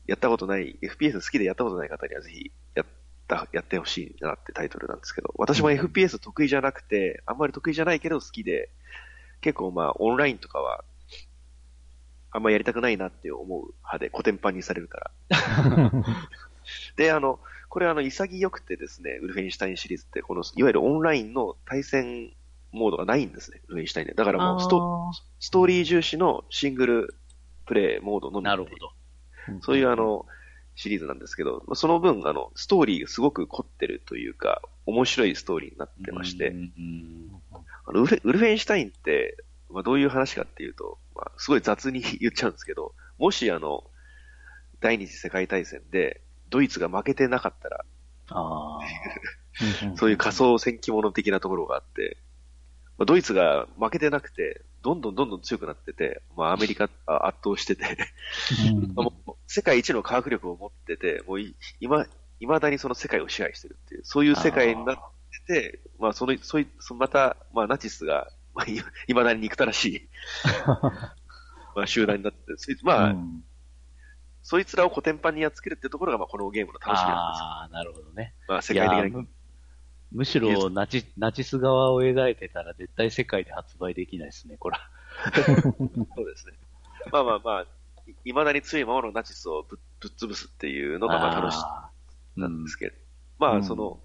Speaker 4: やったことない、FPS 好きでやったことない方にはぜひやった、やってほしいなってタイトルなんですけど、私も
Speaker 1: うん
Speaker 4: FPS 得意じゃなくて、あんまり得意じゃないけど好きで、結構まあオンラインとかは、あんまやりたくないなって思う派で、コテンパンにされるから。で、あの、これあの、潔くてですね、ウルフェインシュタインシリーズって、この、いわゆるオンラインの対戦モードがないんですね、ウルフェインシュタインで。だからもうスト、ストーリー重視のシングルプレイモードのみ
Speaker 3: なるほど。
Speaker 4: そういうあ、の、シリーズなんですけど、その分、あの、ストーリーすごく凝ってるというか、面白いストーリーになってまして、
Speaker 3: うんうん
Speaker 4: あのウルフェウルフェインシュタインって、まあ、どういう話かっていうと、まあ、すごい雑に 言っちゃうんですけど、もしあの、第二次世界大戦で、ドイツが負けてなかったら、
Speaker 3: ああ。
Speaker 4: そういう仮想戦記物的なところがあって、まあ、ドイツが負けてなくて、どんどんどんどん強くなってて、まあ、アメリカあ圧倒してて、
Speaker 1: うん
Speaker 4: もう世界一の科学力を持ってて、もうい今、いまだにその世界を支配してるっていう、そういう世界になってて、まあ、その、そういそのまた、まあ、ナチスが、まあ、いいまだに憎たらし い、まあ、集団になってて、そいまあ、
Speaker 1: うん
Speaker 4: そいつらをコテンパンにやっつけるっていうところが、まあ、このゲームの楽しみなんですよ
Speaker 3: ああ、なるほどね。
Speaker 4: まあ、世界
Speaker 3: いや
Speaker 4: 的な
Speaker 3: むむしろナチ、ナチス側を描いてたら絶対世界で発売できないですね、これ。
Speaker 4: そうですね。まあまあまあ、いいまだに強いままのナチスをぶぶっ潰すっていうのが、まあ、楽しみ
Speaker 3: あー
Speaker 4: なんですけど、ま
Speaker 1: うん
Speaker 4: あ、その、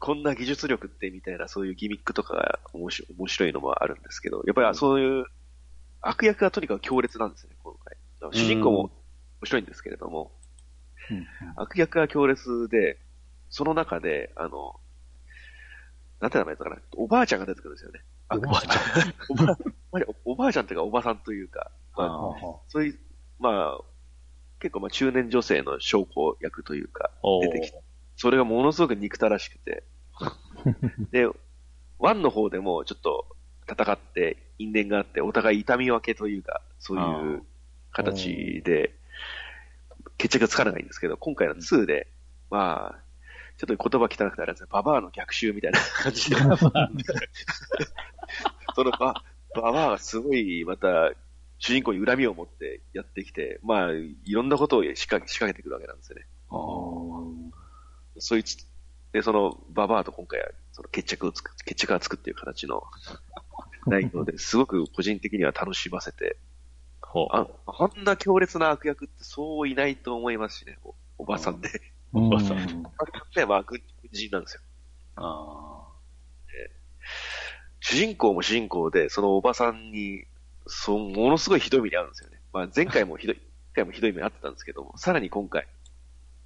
Speaker 4: こんな技術力ってみたいな、そういうギミックとかが面白面白いのもあるんですけど、やっぱりそういう悪役がとにかく強烈なんですね、今回。主人公も面白いんですけれども、悪役が強烈で、その中で、あの、なんて名前だったかな、おばあちゃんが出てくるんですよね。
Speaker 3: うんおばあちゃん。
Speaker 4: おばあおばあちゃんというか、おばさんというか、まあ
Speaker 3: あー
Speaker 4: そういう、まあ、結構まあ中年女性の証拠役というか、
Speaker 3: お
Speaker 4: 出てきそれがものすごく憎たらしくて。で、ワンの方でもちょっと戦って因縁があって、お互い痛み分けというか、そういう形で、決着がつかないんですけど、今回の2で、まあ、ちょっと言葉汚くてあれですね、ババアの逆襲 みたいな感じで、そのバババアがすごい、また、主人公に恨みを持ってやってきて、まあ、いろんなことを仕掛け仕掛けてくるわけなんですよね。
Speaker 3: あー
Speaker 4: そいつ、で、その、ババアと今回は、その決着をつく、決着がつくっていう形の内容ですごく個人的には楽しませて、
Speaker 3: ほう
Speaker 4: あ、あんな強烈な悪役ってそういないと思いますしね、おおばさん で。
Speaker 1: うん
Speaker 3: おばさん
Speaker 4: 悪役って、まあ、軍軍人なんですよ。
Speaker 3: あ
Speaker 4: 主人公も主人公で、そのおばさんに、そう、ものすごいひどい目に遭うんですよね。まあ、前回もひどい、前回もひどい目に遭ってたんですけども、さらに今回、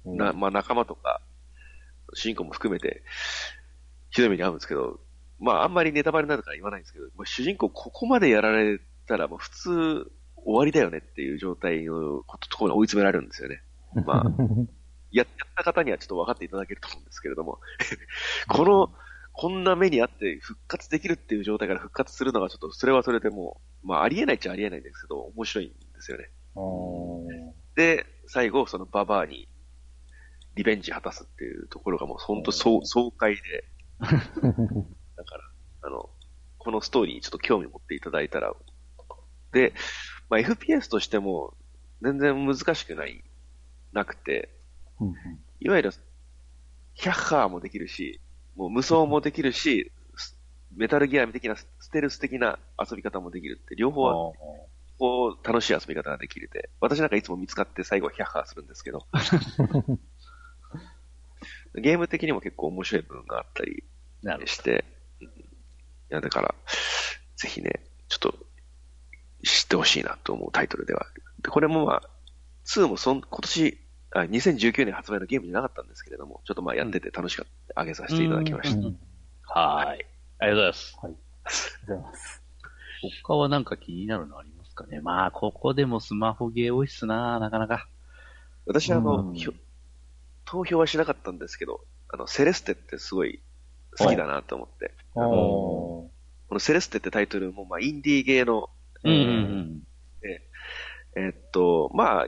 Speaker 4: な、まあ、仲間とか、主人公も含めて、ひどい目に遭うんですけど、まああんまりネタバレになるから言わないんですけど、もう主人公ここまでやられたらもう普通終わりだよねっていう状態のことところに追い詰められるんですよね。 まあ、やった方にはちょっと分かっていただけると思うんですけれども、 この、こんな目にあって復活できるっていう状態から復活するのがちょっとそれはそれでもう、まあありえないっちゃありえないんですけど、面白いんですよね。で、最後、そのババアに、リベンジ果たすっていうところがもう本当そう、爽快で、だから、あの、このストーリーにちょっと興味持っていただいたら、で、まあ、FPS としても全然難しくない、なくて、いわゆる、ヒャッハーもできるし、もう無双もできるし、スメタルギア的な、ステルス的な遊び方もできるって、両方はこう、楽しい遊び方ができるで、私なんかいつも見つかって最後ヒャッハーするんですけど、ゲーム的にも結構面白い部分があったり
Speaker 3: なる
Speaker 4: して、いや、だから、ぜひね、ちょっと、知ってほしいなと思うタイトルではある。で、これもまあ、2もそん、今年、あ、2019年発売のゲームじゃなかったんですけれども、ちょっとまあやってて楽しかった、あげさせていただきました。
Speaker 3: ほど。はーい。ありがとうございます。
Speaker 1: ざいます。
Speaker 3: 他はなんか気になるのありますかねまあ、ここでもスマホゲー多いっすななかなか。
Speaker 4: 私はあの、
Speaker 1: うん
Speaker 4: ひょ投票はしなかったんですけど、あの、セレステってすごい好きだなと思って、
Speaker 1: あー
Speaker 4: このセレステってタイトルもまあインディーゲーの、
Speaker 1: うんうん
Speaker 3: ん。
Speaker 4: えっと、まあ、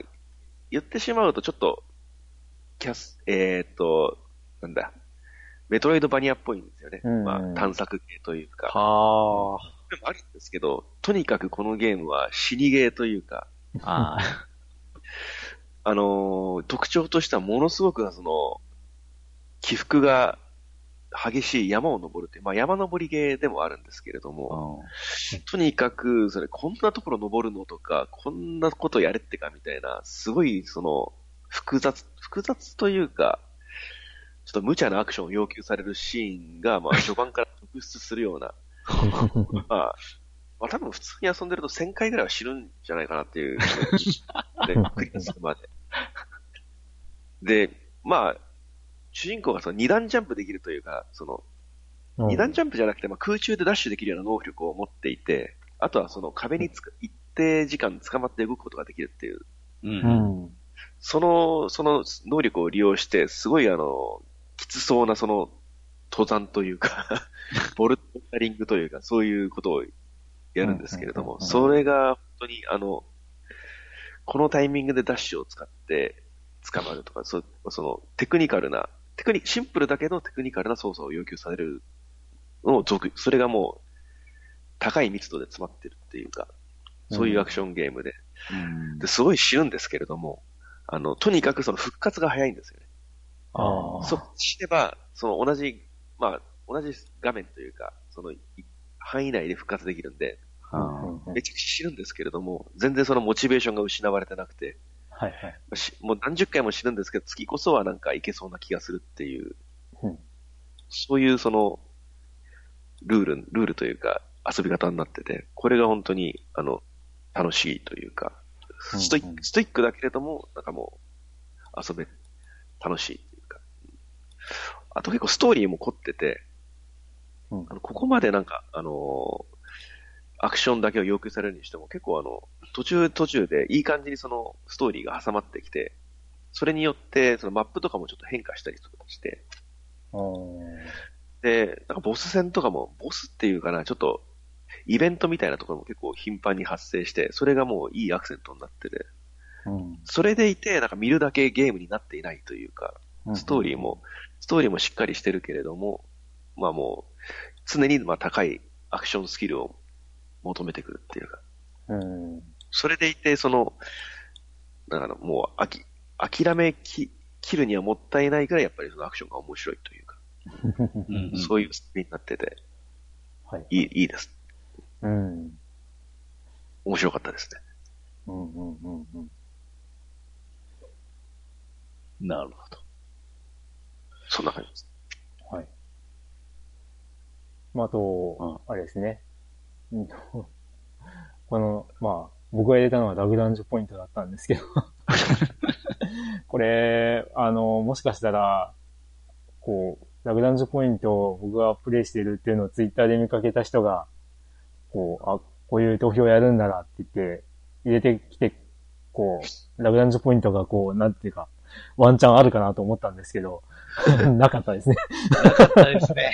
Speaker 4: 言ってしまうとちょっと、キャス、えっと、なんだ、メトロイドバニアっぽいんですよね。
Speaker 1: うん
Speaker 4: まあ、探索系というか。
Speaker 3: は
Speaker 4: でもあるんですけど、とにかくこのゲームは死にゲーというか、
Speaker 3: あ。ああ。
Speaker 4: あのー特徴としてはものすごくその、起伏が激しい山を登るっていう、まあ山登りゲーでもあるんですけれども、とにかく、それ、こんなところ登るのとか、こんなことやれってかみたいな、すごい、その、複雑、複雑というか、ちょっと無茶なアクションを要求されるシーンが、まあ、序盤から特出するような、まあ、まあ、多分普通に遊んでると1000回ぐらいは死ぬんじゃないかなっていう、で、クリアするまで。で、まあ、主人公がその二段ジャンプできるというか、その、
Speaker 1: うん
Speaker 4: 二段ジャンプじゃなくて、まあ、空中でダッシュできるような能力を持っていて、あとはその壁につか一定時間捕まって動くことができるっていう、
Speaker 3: う。
Speaker 1: うんん。
Speaker 4: その、その能力を利用して、すごいあの、きつそうなその、登山とい うか、ボルダリングというか、そういうことをやるんですけれど
Speaker 1: うんうんうん
Speaker 4: も、
Speaker 1: うん
Speaker 4: それが本当にあの、このタイミングでダッシュを使って捕まるとか、そそのテクニカルな、テクニ、シンプルだけどテクニカルな操作を要求されるのを続、それがもう、高い密度で詰まってるっていうか、そういうアクションゲームで、ですごい死ぬんですけれども、あの、とにかくその復活が早いんですよね。
Speaker 1: ああ。
Speaker 4: そう死ねば、その同じ、まあ、同じ画面というか、そのい範囲内で復活できるんで、
Speaker 1: うんうん
Speaker 4: めちゃくちゃ死ぬんですけれども、全然そのモチベーションが失われてなくて、
Speaker 1: はいはい。
Speaker 4: しもう何十回も死ぬんですけど、次こそはなんかいけそうな気がするっていう、
Speaker 1: うん
Speaker 4: そういうその、ルール、ルールというか、遊び方になってて、これが本当に、あの、楽しいというか、ストイック、
Speaker 1: うんうん
Speaker 4: ストイックだけれども、なんかもう、遊べ、楽しいというか。あと結構ストーリーも凝ってて、
Speaker 1: うん
Speaker 4: あのここまでなんか、あのーアクションだけを要求されるにしても、結構あの、途中途中でいい感じにそのストーリーが挟まってきて、それによって、そのマップとかもちょっと変化したりとかして、
Speaker 1: あー
Speaker 4: で、なんかボス戦とかも、ボスっていうかな、ちょっと、イベントみたいなところも結構頻繁に発生して、それがもういいアクセントになってて、
Speaker 1: うん
Speaker 4: それでいて、なんか見るだけゲームになっていないというか、
Speaker 1: うん
Speaker 4: ストーリーも、ストーリーもしっかりしてるけれども、まあもう、常にまあ高いアクションスキルを求めてくるっていうか、
Speaker 1: うん。
Speaker 4: それでいて、その、だからもう、あき、諦めき、切るにはもったいないぐらいやっぱりそのアクションが面白いというか、
Speaker 3: うん
Speaker 4: そういうスピになってて、
Speaker 1: はい。
Speaker 4: いい、いいです。
Speaker 1: うん。
Speaker 4: 面白かったですね。
Speaker 1: うんうんうんうん。
Speaker 3: なるほど。
Speaker 4: そんな感じです。
Speaker 1: はい。まあ、あと、あれですね。うん とこの、まあ、僕が入れたのはダグダンジョポイントだったんですけど。これ、あの、もしかしたら、こう、ラグランジュポイントを僕がプレイしてるっていうのをツイッターで見かけた人が、こう、あ、こういう投票やるんだなって言って、入れてきて、こう、ラグランジュポイントがこう、なんていうか、ワンチャンあるかなと思ったんですけど、なかったですね。
Speaker 3: そうですね。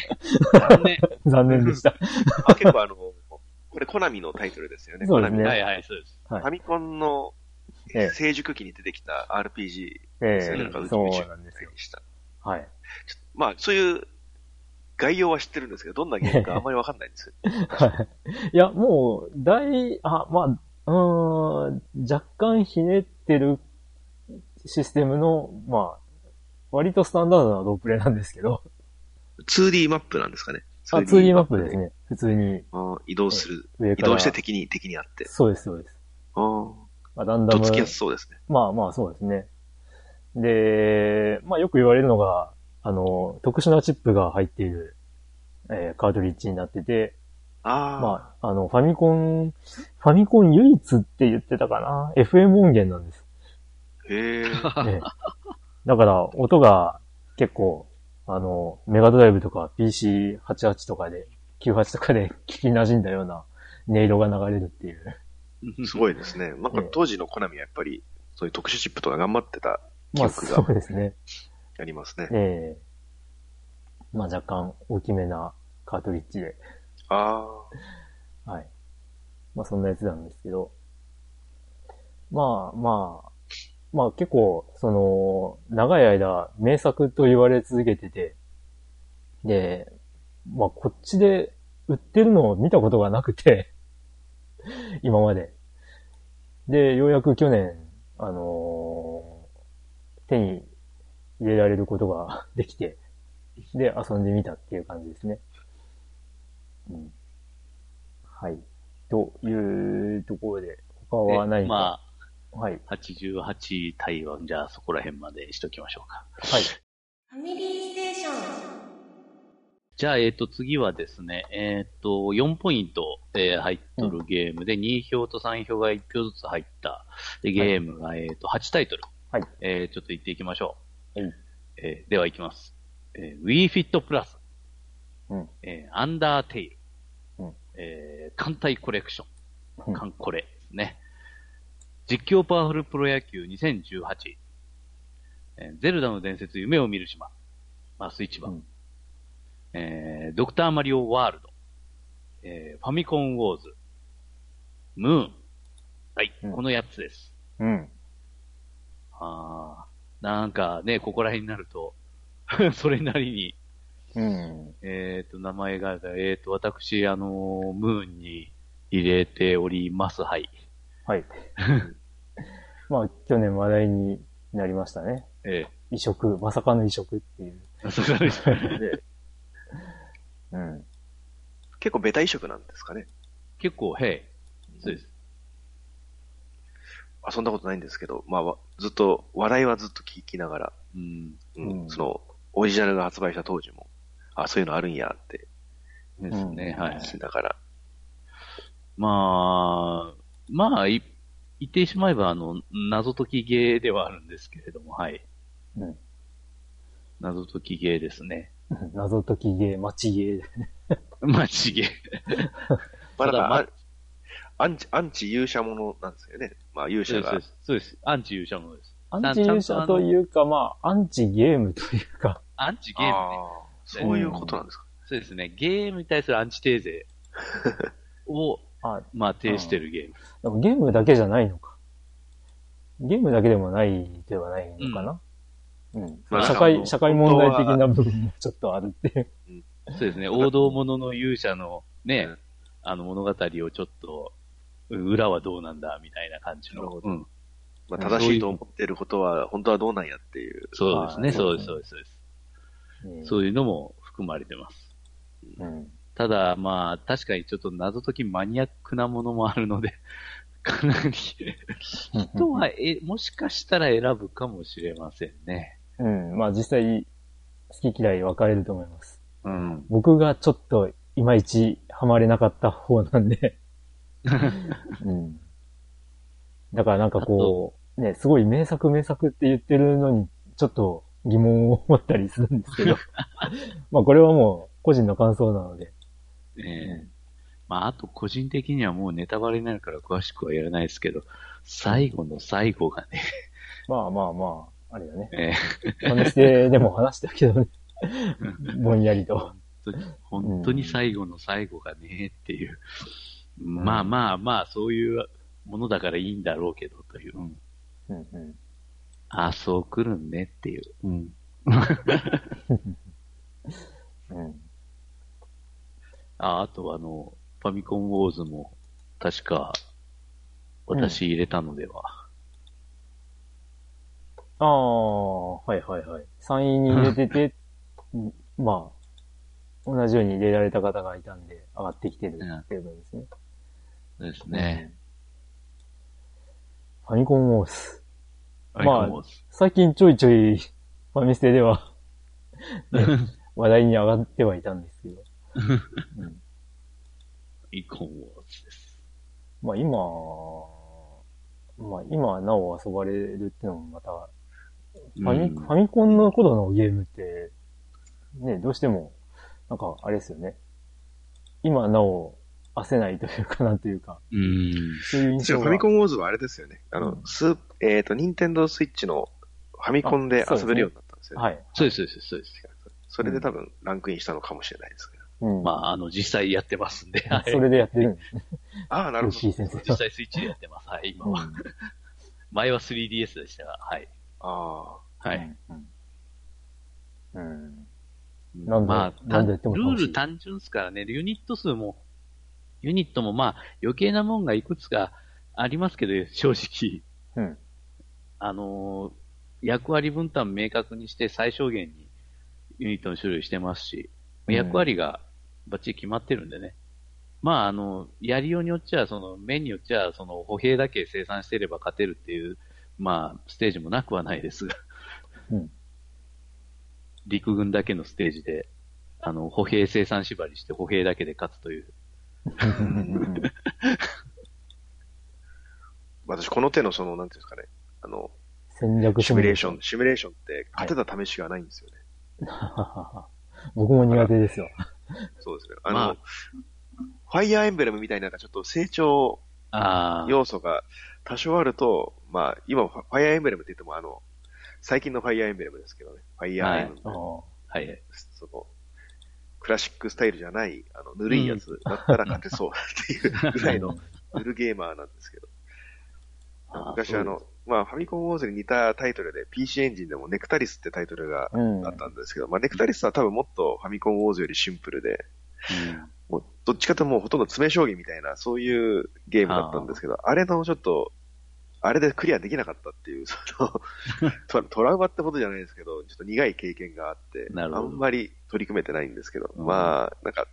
Speaker 3: 残念。
Speaker 1: 残念でした。
Speaker 4: あ結構あの、これコナミのタイトルですよね。
Speaker 1: そう
Speaker 4: コ
Speaker 1: で
Speaker 4: ナ
Speaker 1: す
Speaker 4: ミ
Speaker 1: ね。
Speaker 3: はいはい、そうです。
Speaker 1: はい
Speaker 4: ファミコンの
Speaker 1: ええ
Speaker 4: 成熟期に出てきた RPG
Speaker 1: え
Speaker 4: ですよね。なんか
Speaker 1: え
Speaker 4: 宇宙
Speaker 1: そうなんですよ。
Speaker 4: でした。
Speaker 1: はい。
Speaker 4: まあ、そういう概要は知ってるんですけど、どんなゲー ムかあんまりわかんないんですよ。
Speaker 1: はいいや、もう、大、あ、まあ、うーん、若干ひねってるシステムの、まあ、割とスタンダードなロープレイなんですけど、
Speaker 4: 2D マップなんですかね。
Speaker 1: あ、2D マップです。ね。普通に
Speaker 4: あー移動する。
Speaker 1: 上
Speaker 4: 移
Speaker 1: から。
Speaker 4: 動して敵に、敵にあって。
Speaker 1: そうです、そうです。
Speaker 4: あー
Speaker 1: まあ、ランダ
Speaker 4: ど
Speaker 1: ム
Speaker 4: つ。きやすそうですね。
Speaker 1: まあまあ、そうですね。で、まあよく言われるのが、あの、特殊なチップが入っている、えーカートリッジになってて、
Speaker 4: ああ、
Speaker 1: まあ、あの、ファミコン、ファミコン唯一って言ってたかな ?FM 音源なん です。
Speaker 4: へ
Speaker 1: え
Speaker 4: え。
Speaker 1: えだから、音が結構、あの、メガドライブとか PC88 とかで、98とかで 聞き馴染んだような音色が流れるっていう。
Speaker 4: すごいですね。なんか当時のコナミはやっぱり、そういう特殊チップとか頑張ってた、
Speaker 1: まあ、
Speaker 4: 記憶
Speaker 1: そ
Speaker 4: が
Speaker 1: うですね。
Speaker 4: ありますね。
Speaker 1: ええまあ、若干大きめなカートリッジで。
Speaker 4: あ
Speaker 1: はい。まあそんなやつなんですけど。まあまあ、まあ結構、その、長い間名作と言われ続けてて、で、まあこっちで売ってるのを見たことがなくて、 今まで。で、ようやく去年、あのー手に入れられることが できて、で、遊んでみたっていう感じですね。うん、はい。というところで、他はない
Speaker 3: で
Speaker 1: か、
Speaker 3: ま
Speaker 1: はい。
Speaker 3: あ、88対は、じゃあそこら辺までにしときましょうか。
Speaker 1: はい。
Speaker 5: ファミリーステーション
Speaker 3: じゃあ、えっ、と、次はですね、えっ、と、4ポイント、えー入っとるゲームで、2票と3票が1票ずつ入ったでゲームが、えっ、と、8タイトル。
Speaker 1: はい
Speaker 3: えーちょっと行っていきましょう。
Speaker 1: はい
Speaker 3: えーでは行きます。えー Wii Fit Plus。
Speaker 1: うん
Speaker 3: えー、アンダーテイル。
Speaker 1: うん
Speaker 3: えー艦隊コレクショ
Speaker 1: う
Speaker 3: ン。
Speaker 1: ん
Speaker 3: 艦コレですね。実況パワフルプロ野球2018。えーゼルダの伝説夢を見る島。まあ、スイッチ版。
Speaker 1: うん
Speaker 3: えードクターマリオワールド。えーファミコンウォーズ。ムーン。はい、
Speaker 1: うん
Speaker 3: この8つです。
Speaker 1: うん。
Speaker 3: あーなんかね、ここら辺になると、 それなりに、
Speaker 1: うん。
Speaker 3: えっ、と、名前が、えっ、と、私、あのームーンに入れております。はい。
Speaker 1: はい。まあ、去年話題になりましたね。
Speaker 3: え
Speaker 1: 移植、まさかの移植っていう。
Speaker 3: ー、そうですね
Speaker 4: あ。で、
Speaker 1: うん。
Speaker 4: 結構ベタ移植なんですかね。
Speaker 3: 結構、へい。そうです。
Speaker 4: 遊んだことないんですけど、まあ、わずっと、笑いはずっと聞きながら、
Speaker 3: うん。
Speaker 4: うん
Speaker 1: うん
Speaker 4: その、オリジナルが発売した当時も、あ、そういうのあるんやって、
Speaker 3: ですね、はい。
Speaker 4: しながら。
Speaker 3: まあ、まあ、い言ってしまえば、あの、謎解きゲーではあるんですけれども、はい。
Speaker 1: うん
Speaker 3: 謎解きゲーですね。
Speaker 1: 謎解きゲー、街ゲーで。
Speaker 3: マジゲー。ただ
Speaker 4: まあ、だから
Speaker 3: ま
Speaker 4: あアンチ、アンチ勇者ものなんですよね。まあ、勇
Speaker 3: そ
Speaker 4: 者
Speaker 3: う
Speaker 4: が
Speaker 3: で。す。そうです。アンチ勇者ものです。
Speaker 1: アンチ勇者というか、まあ、アンチゲームというか、
Speaker 3: アンチゲームね。
Speaker 4: ああ、そういうことなんですか。
Speaker 3: そうですね。ゲームに対するアンチテー ゼを、
Speaker 1: あ
Speaker 3: まあ、呈してるゲーム。
Speaker 1: でもゲームだけじゃないのか。ゲームだけでもないではないのかな。うん。
Speaker 4: まあ
Speaker 1: 社
Speaker 4: あ
Speaker 1: 会、
Speaker 4: の
Speaker 1: 社会問題的な部分もちょっとあるっていう。
Speaker 3: そうですね。王道ものの勇者のね、
Speaker 4: うん
Speaker 3: あの物語をちょっと、裏はどうなんだ、みたいな感じ
Speaker 4: なる
Speaker 3: の
Speaker 4: ほ。ど
Speaker 3: うん。
Speaker 4: まあ、正しいと思ってることは、本当はどうなんやっていう。
Speaker 3: そうです
Speaker 1: は
Speaker 3: ね。
Speaker 1: い
Speaker 3: そうです、そうです、そうです。そういうのも含まれてます。
Speaker 1: うん。
Speaker 3: ただ、まあ、確かにちょっと謎解きマニアックなものもあるので、 かなり、人は、え、もしかしたら選ぶかもしれませんね。
Speaker 1: うん。まあ実際、好き嫌い分かれると思います。
Speaker 3: うん。
Speaker 1: 僕がちょっといまいちハマれなかった方なんで、うん。だからなんかこう、ね、すごい名作名作って言ってるのに、ちょっと疑問を持ったりするんです けど。まあこれはもう個人の感想なので。
Speaker 3: ええまあ、あと個人的にはもうネタバレになるから詳しくはやらないですけど、最後の最後がね、
Speaker 1: まあまあまあ、あれだね。
Speaker 3: ええ
Speaker 1: 真似してでも話したけどね。ぼんやりと。
Speaker 3: 本当に本当に最後の最後がね、っていう。まあまあまあ、そういうものだからいいんだろうけど、という。うん
Speaker 1: うんうん。
Speaker 3: ああ、そう来るんねっていう。うん。
Speaker 1: うん。
Speaker 3: ああとあの、ファミコンウォーズも、確か、私入れたのでは。
Speaker 1: ああ、はいはいはい。3位に入れてて、うんまあ、同じように入れられた方がいたんで、上がってきてるっていうことですね。
Speaker 3: そうですね。
Speaker 1: ファミコンウォーズ。
Speaker 3: ファミコンウォーズ。
Speaker 1: 最近ちょいちょい、ファミステで は、ね話題に上がってはいたんですけ ど。うん
Speaker 3: ファミコンウォーズです。
Speaker 1: まあ今、まあ今なお遊ばれるっていうのもまた、ファミ、
Speaker 3: うん
Speaker 1: ファミコンの頃のゲームって、ね、どうしても、なんかあれですよね。今なお、焦ないというかなんというか、
Speaker 3: うん。
Speaker 1: そういう印
Speaker 4: 一
Speaker 1: 象
Speaker 4: 応フ
Speaker 1: が。
Speaker 4: ァミコンウォーズはあれですよね。あの、
Speaker 1: うん
Speaker 4: スーえっ、と、ニンテンドースイッチのファミコンで遊べるようになったんですよね。
Speaker 1: はい。
Speaker 3: そうです、そうです、そうです。
Speaker 4: それで多分ランクインしたのかもしれないですけど。
Speaker 1: うん。
Speaker 3: まあ、あの、実際やってますんで、は
Speaker 1: そ
Speaker 3: い。
Speaker 1: れでやってるんですね。
Speaker 4: ああ、なるほ
Speaker 1: 吉
Speaker 4: ど
Speaker 1: 井。先生
Speaker 3: 実
Speaker 1: は。
Speaker 3: 際スイッチでやってます。はい、今
Speaker 1: うん
Speaker 3: は。前は 3DS でしたが、はい。
Speaker 4: あ
Speaker 3: はい。。
Speaker 1: うん。うんなんで
Speaker 3: まあ、
Speaker 1: なんでやっても
Speaker 3: ル
Speaker 1: 楽しい
Speaker 3: ール単純ですからね、ユニット数も、ユニットもまあ、余計なもんがいくつかありますけど、正直。
Speaker 1: うん。
Speaker 3: あのー役割分担明確にして最小限にユニットの種類してますし、
Speaker 1: うん
Speaker 3: 役割がバッチリ決まってるんでね。まあ、あの、やりようによっちゃ、その、面によっちゃ、その、歩兵だけ生産してれば勝てるっていう、まあ、ステージもなくはないですが、
Speaker 1: うん
Speaker 3: 陸軍だけのステージで、あの、歩兵生産縛りして歩兵だけで勝つという。
Speaker 4: あ。私、この手のその、なんていうんですかね。あの、
Speaker 1: 戦略
Speaker 4: シミュレーション、シミュレーションって勝てた試しがないんですよね。
Speaker 1: 僕も苦手ですよ。
Speaker 4: そうですね。あの、
Speaker 3: まあ
Speaker 4: ファイアーエンブレムみたいななんかちょっと成長
Speaker 3: ああ。
Speaker 4: 要素が多少あると、まあ、今もファファイアーエンブレムって言っても、あの、最近のファイアーエンブレムですけどね。ファイアーエンブレム。
Speaker 1: ああ
Speaker 3: はい。
Speaker 4: その、クラシックスタイルじゃない、あの、ぬるいやつだったら勝てそうっていうぐらいの、ぬるゲーマーなんですけど。昔あの、まあ、ファミコンウォーズに似たタイトルで、PC エンジンでもネクタリスってタイトルが
Speaker 1: うん。
Speaker 4: あったんですけど、まあ、ネクタリスは多分もっとファミコンウォーズよりシンプルで、もうどっちかというともうほとんど詰め将棋みたいな、そういうゲームだったんですけど、あれのちょっと、あれでクリアできなかったっていう、そ のト、トラウマってことじゃないですけど、ちょっと苦い経験があって、
Speaker 3: なるほど
Speaker 4: あんまり取り組めてないんですけど、
Speaker 3: うん
Speaker 4: まあ、なんか、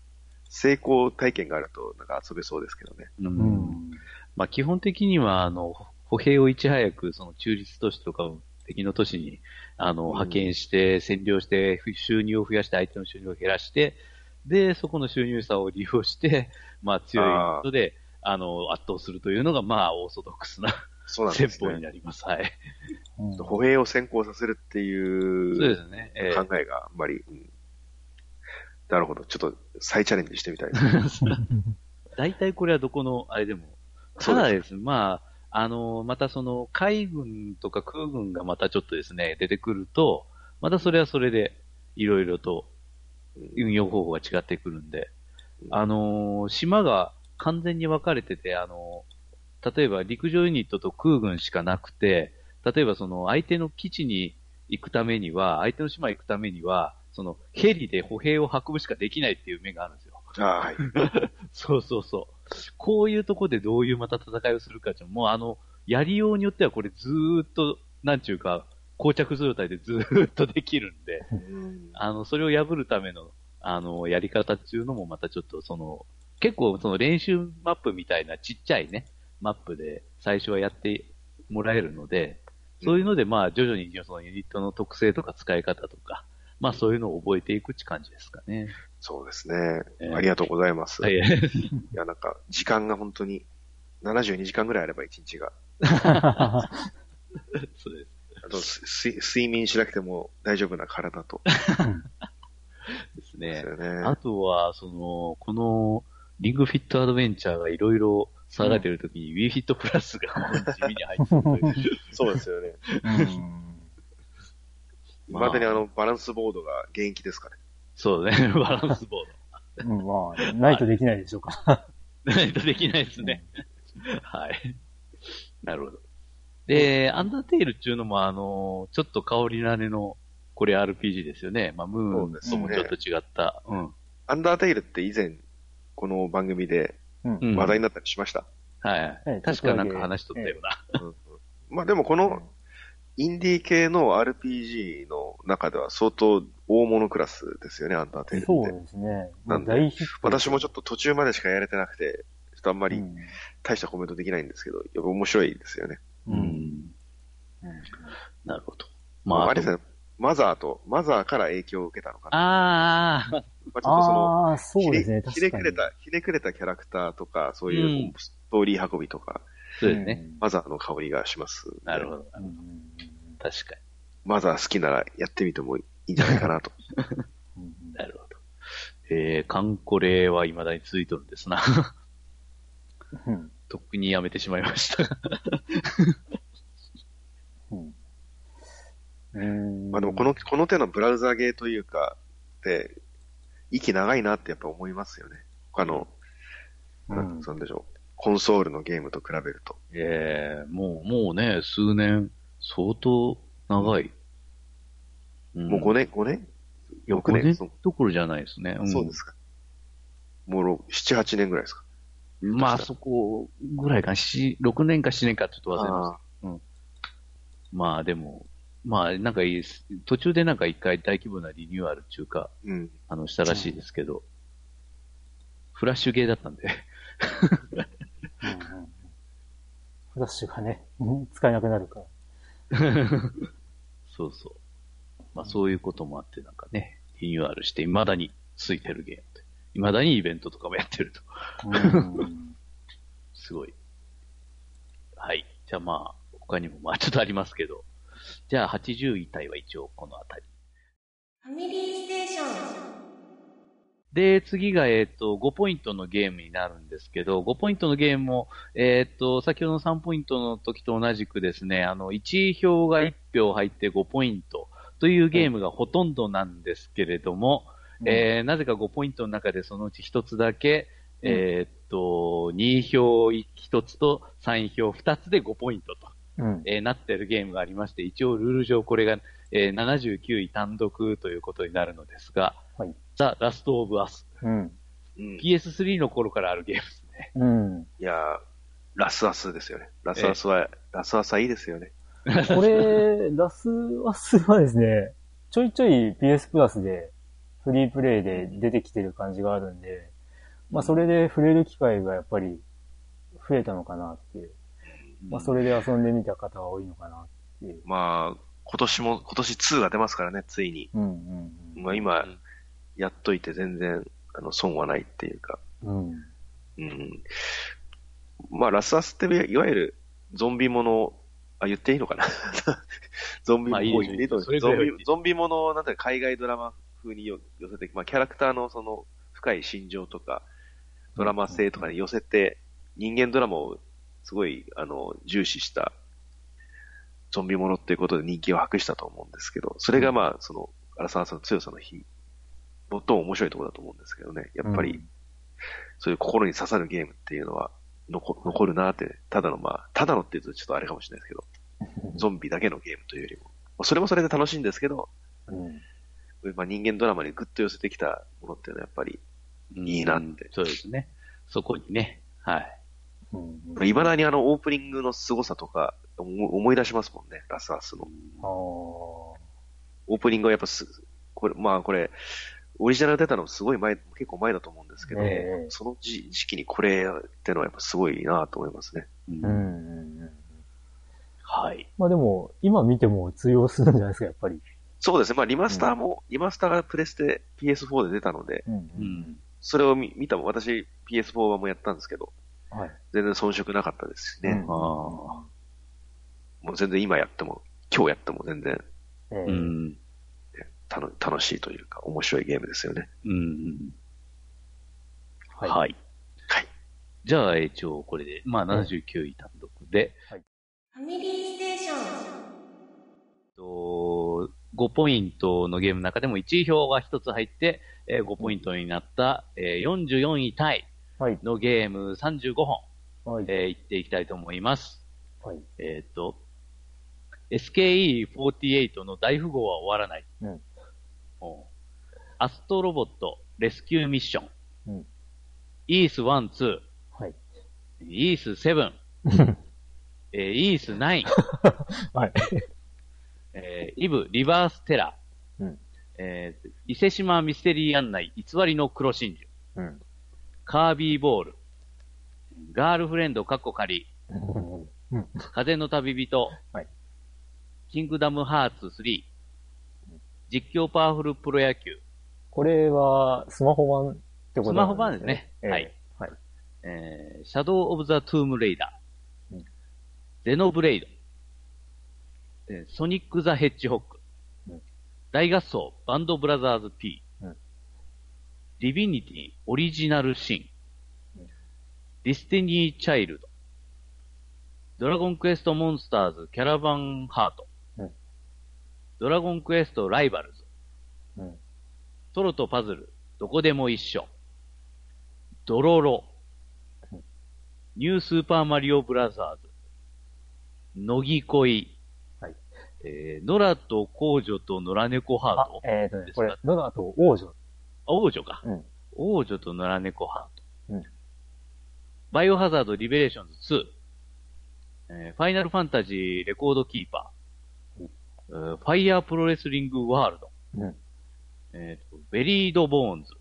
Speaker 4: 成功体験があると、なんか遊べそうですけどね。
Speaker 3: うん。う
Speaker 1: うんん。
Speaker 3: まあ、基本的には、あの、歩兵をいち早く、その中立都市とかを敵の都市に、あの、
Speaker 4: ん
Speaker 3: 派遣して、占領して、ふ収入を増やして、相手の収入を減らして、で、そこの収入差を利用して、 まあ、強い人で、あの、圧倒するというのが、まあ、オーソドックスな
Speaker 4: そうなんで
Speaker 3: 戦
Speaker 4: す
Speaker 3: 法に
Speaker 4: ね。
Speaker 3: なります。はい。
Speaker 4: 歩兵を先行させるってい
Speaker 3: そうですね。え
Speaker 4: 考えがあんまり、うんなるほど。ちょっと再チャレンジしてみたいで すね。
Speaker 3: え大体これはどこの、あれでも。
Speaker 4: そ
Speaker 3: た
Speaker 4: う
Speaker 3: だで
Speaker 4: です
Speaker 3: すね、まあ、あの、またその、海軍とか空軍がまたちょっとですね、出てくると、またそれはそれで、いろいろと運用方法が違ってくるんで、あのー島が完全に分かれてて、あのー例えば陸上ユニットと空軍しかなくて、例えばその相手の基地に行くためには、相手の島行くためには、そのヘリで歩兵を運ぶしかできないっていう目があるんですよ。
Speaker 4: ああはい。
Speaker 3: そうそうそう。こういうとこでどういうまた戦いをするかっていうのも、もうあの、やりようによってはこれずーっと、なんちゅうか、膠着状態でずーっとできるんで、あの、それを破るための、あの、やり方っていうのもまたちょっとその、結構その練習マップみたいなちっちゃいね、マップで最初はやってもらえるので、そういうのでまあ徐々にそのユニットの特性とか使い方とか、まあそういうのを覚えていくって感じですかね。
Speaker 4: そうですね
Speaker 3: え。ー
Speaker 4: ありがとうございます。、
Speaker 3: はいい。
Speaker 4: や、なんか、時間が本当に、72時間ぐらいあれば1日が。
Speaker 3: そうです。
Speaker 4: ああと、す睡睡眠しなくても大丈夫な体と。
Speaker 3: です
Speaker 4: です
Speaker 3: ね。
Speaker 4: よ
Speaker 3: あ
Speaker 4: ね。
Speaker 3: とは、その、この、リングフィットアドベンチャーがいろいろ騒がれてるときに、ウィーフィットプラスが地味に入ってくるという。
Speaker 4: そうですよね。
Speaker 1: うん。
Speaker 4: いまだにあの、バランスボードが現役ですかね。
Speaker 3: そうね、バランスボー
Speaker 1: うんまあ、ないとできないでしょうか。
Speaker 3: ド。ないとできないですね。はい。なるほど。で、アンダーテールっていうのも、あの、ちょっと香りなねの、これ RPG ですよね。まあ、ムーンともちょっと違った。うん。
Speaker 4: アンダーテイルって以前、この番組で
Speaker 1: うん。
Speaker 3: うん
Speaker 4: 話題になったりしました。
Speaker 3: はい。確かなんか話しとったような。
Speaker 4: うんうんまあでもこの、インディー系の RPG の中では相当大物クラスですよね、アンダーテイルって。
Speaker 1: そうですね。
Speaker 4: なんで
Speaker 1: 大ヒット。
Speaker 4: 私も
Speaker 1: ち
Speaker 4: ちょっと途中までしかやれてなくて、ちょっとあんま
Speaker 1: ょ
Speaker 4: り大したコメントできないんですけど、やっぱ面白いですよね。
Speaker 1: うん。うん。
Speaker 3: なるほど。ま
Speaker 4: まあ、
Speaker 3: あ、
Speaker 4: あれですね、マザーと、マザーから影響を受けたのかな。
Speaker 3: ああ、
Speaker 4: まあ、ちょっとその、
Speaker 1: ああ、そうですね。確
Speaker 4: ひれひれ
Speaker 1: か
Speaker 4: く
Speaker 1: に。
Speaker 4: れた、ひれくれたキャラクターとか、そういううんストーリー運びとか、
Speaker 3: そうですね。
Speaker 4: マザーの香りがします。
Speaker 3: なるほど。
Speaker 1: うん。うん。
Speaker 3: 確か
Speaker 4: マザー好きならやってみてもいいんじゃないかなと。
Speaker 1: うんうん
Speaker 3: に。なるほど。えー、カンコレは未だに続いてるんですな。
Speaker 1: うん
Speaker 3: とっくにやめてしまいました。
Speaker 1: うん うん。
Speaker 4: まあでもこの、この手のブラウザーゲーというか、で、息長いなってやっぱ思いますよね。他の、
Speaker 1: うん
Speaker 4: なんて言うんでしょう。コンソールのゲームと比べると。
Speaker 3: えー、もう、もうね、数年、相当長い。ん
Speaker 4: もう5年、5年
Speaker 3: いや
Speaker 4: 6
Speaker 3: 5
Speaker 4: 年
Speaker 3: 年
Speaker 4: そう
Speaker 3: どころじゃないですね。ん
Speaker 4: そうですか。もうろ7、8年ぐらいですか。
Speaker 3: まあ、そこぐらいかな。し6年か7年かちょっと忘れました
Speaker 4: あ
Speaker 3: まあでも、まあなんかいいです。途中でなんか一回大規模なリニューアルっていうか、
Speaker 4: ーうん。
Speaker 3: あの、したらしいですけど、フラッシュゲーだったんで、
Speaker 1: うんうんフラッシュがね、うん使えなくなるから。
Speaker 3: そうそう。まあそういうこともあってなんかね、リニューアルして未だについてるゲームで、未だにイベントとかもやってると、
Speaker 1: うん
Speaker 3: すごい。はい。じゃあまあ、他にもまあちょっとありますけど、じゃあ80位体は一応このあたり。
Speaker 5: ファミリーステーション
Speaker 3: で、次が、えっ、と、5ポイントのゲームになるんですけど、5ポイントのゲームも、えっ、と、先ほどの3ポイントの時と同じくですね、あの、1票が1票入って5ポイントというゲームがほとんどなんですけれども、えーなぜか5ポイントの中でそのうち1つだけ、
Speaker 1: うん
Speaker 3: えっ、と、2票1つと3票2つで5ポイントと、
Speaker 1: うん
Speaker 3: えーなってるゲームがありまして、一応ルール上これが、えー79位単独ということになるのですが、
Speaker 1: はい
Speaker 3: ザ・ラスト・オブ・アス。
Speaker 1: うん。
Speaker 4: うん、い
Speaker 3: PS3 の頃からあるゲームですね。
Speaker 1: うん。
Speaker 4: やーラスアスですよね。ラスアスは、ラスアスはいいですよね。
Speaker 1: これ、ラスアスはですね、ちょいちょい PS プラスでフリープレイで出てきてる感じがあるんで、まあそれで触れる機会がやっぱり増えたのかなっていう。まあそれで遊んでみた方が多いのかなっていう。
Speaker 4: まあ、今年も、今年2が出ますからね、ついに。
Speaker 1: うんうん
Speaker 4: まあ今、やっといて全然、あの、損はないっていうか。
Speaker 1: うん。うん。
Speaker 4: うん。まあ、ラスアスって、いわゆる、ゾンビもの、あ、言っていいのかな ゾンビ
Speaker 3: まあいい
Speaker 4: も
Speaker 3: ですよそれぐ
Speaker 4: ゾ
Speaker 3: らいは言って
Speaker 4: ン
Speaker 3: い
Speaker 4: ビ
Speaker 3: い
Speaker 4: ゾンビもの、なんていうか海外ドラマ風によ寄せて、まあ、キャラクターのその、深い心情とか、ドラマ性とかに寄せて、人間ドラマを、すごい、あの、重視した、ゾンビものっていうことで人気を博したと思うんですけど、それがまあ、その、ラスアスの強さの日、最も面白いところだと思うんですけどね。やっぱり、そういう心に刺さるゲームっていうのは残残るなって、ただのまあ、ただのって言うとちょっとあれかもしれないですけど、ゾンビだけのゲームというよりも、まあそれもそれで楽しいんですけど、
Speaker 1: うん。
Speaker 4: まあ、人間ドラマにグッと寄せてきたものっていうのはやっぱり、いいなって
Speaker 3: そうですね。そこにね。はい。
Speaker 1: うん。うん。
Speaker 4: いまだにあのオープニングの凄さとか思思い出しますもんね、ラスアスの。
Speaker 1: ああ。
Speaker 4: オープニングはやっぱす、これ、まあこれ、オリジナル出たのすごい前、結構前だと思うんですけど、
Speaker 1: ええ
Speaker 4: その時時期にこれってのはやっぱすごいなと思いますね。
Speaker 3: うん
Speaker 1: うんうんうん。
Speaker 3: はい。
Speaker 1: まあでも、今見ても通用するんじゃないですか、やっぱり。
Speaker 4: そうですね。まあ、リマスターも、リマスターがプレステ PS4 で出たので、
Speaker 1: うん
Speaker 3: うん。
Speaker 4: それを見見たもん、私 PS4 版もやったんですけど、
Speaker 1: はい。
Speaker 4: 全然遜色なかったですしね。
Speaker 1: うん
Speaker 3: ああ。
Speaker 4: もう全然今やっても今日やっても全然
Speaker 1: え
Speaker 3: う
Speaker 1: ー
Speaker 3: ん。
Speaker 4: 楽楽しいというか、面白いゲームですよね。
Speaker 3: うん。はい。
Speaker 1: はい。
Speaker 4: はい。
Speaker 3: じゃあ、一応これで、まあ79位単独で、
Speaker 5: ファミリーステーション
Speaker 3: と5ポイントのゲームの中でも1位票が1つ入って、えー5ポイントになった、えー44位タイ
Speaker 1: はい。
Speaker 3: のゲーム35本、
Speaker 1: はい。
Speaker 3: えーいっていきたいと思います。
Speaker 1: はい。
Speaker 3: えっ、と、SKE48 の大富豪は終わらない。
Speaker 1: うん
Speaker 3: おうアストロボットレスキューミッション。
Speaker 1: うん
Speaker 3: イース1、2、
Speaker 1: はい。
Speaker 3: イース7、えーイース 9、
Speaker 1: はい。
Speaker 3: えーイブ、リバーステラー、
Speaker 1: うん
Speaker 3: えー伊勢島ミステリー案内、偽りの黒真珠、
Speaker 1: うん。
Speaker 3: カービーボール、ガールフレンド、カッコ仮、
Speaker 1: うん。
Speaker 3: 風の旅人、
Speaker 1: はい
Speaker 3: キングダムハーツ3、実況パワフルプロ野球、
Speaker 1: これは、スマホ版ってことなん
Speaker 3: スマホ版ですね。
Speaker 1: えーはい。
Speaker 3: えーシャドウ・オブ・ザ・トゥーム・レイダー、
Speaker 1: うん
Speaker 3: ゼノブレイド、えーソニック・ザ・ヘッジホック、
Speaker 1: うん
Speaker 3: 大合奏バンド・ブラザーズ P、
Speaker 1: うん
Speaker 3: リビニティ・オリジナル・シン、
Speaker 1: うん
Speaker 3: ディスティニー・チャイルド、ドラゴンクエスト・モンスターズ・キャラバン・ハート、
Speaker 1: うん
Speaker 3: ドラゴンクエスト・ライバルズ、
Speaker 1: うん。
Speaker 3: トロとパズル、どこでも一緒。ドロロ。ニュースーパーマリオブラザーズ。乃木恋。
Speaker 1: はい
Speaker 3: えー、ノラと公女と野良猫ハー
Speaker 1: あ
Speaker 3: ト、。
Speaker 1: えっ、とね、これ、ノナと王女。
Speaker 3: あ王女か。
Speaker 1: うん
Speaker 3: 王女と野良猫ハート。
Speaker 1: うん
Speaker 3: バイオハザードリベレーションズ2。えーファイナルファンタジーレコードキーパー。えーファイヤープロレスリングワールド。
Speaker 1: うん。
Speaker 3: えーとベリード・ボーンズ、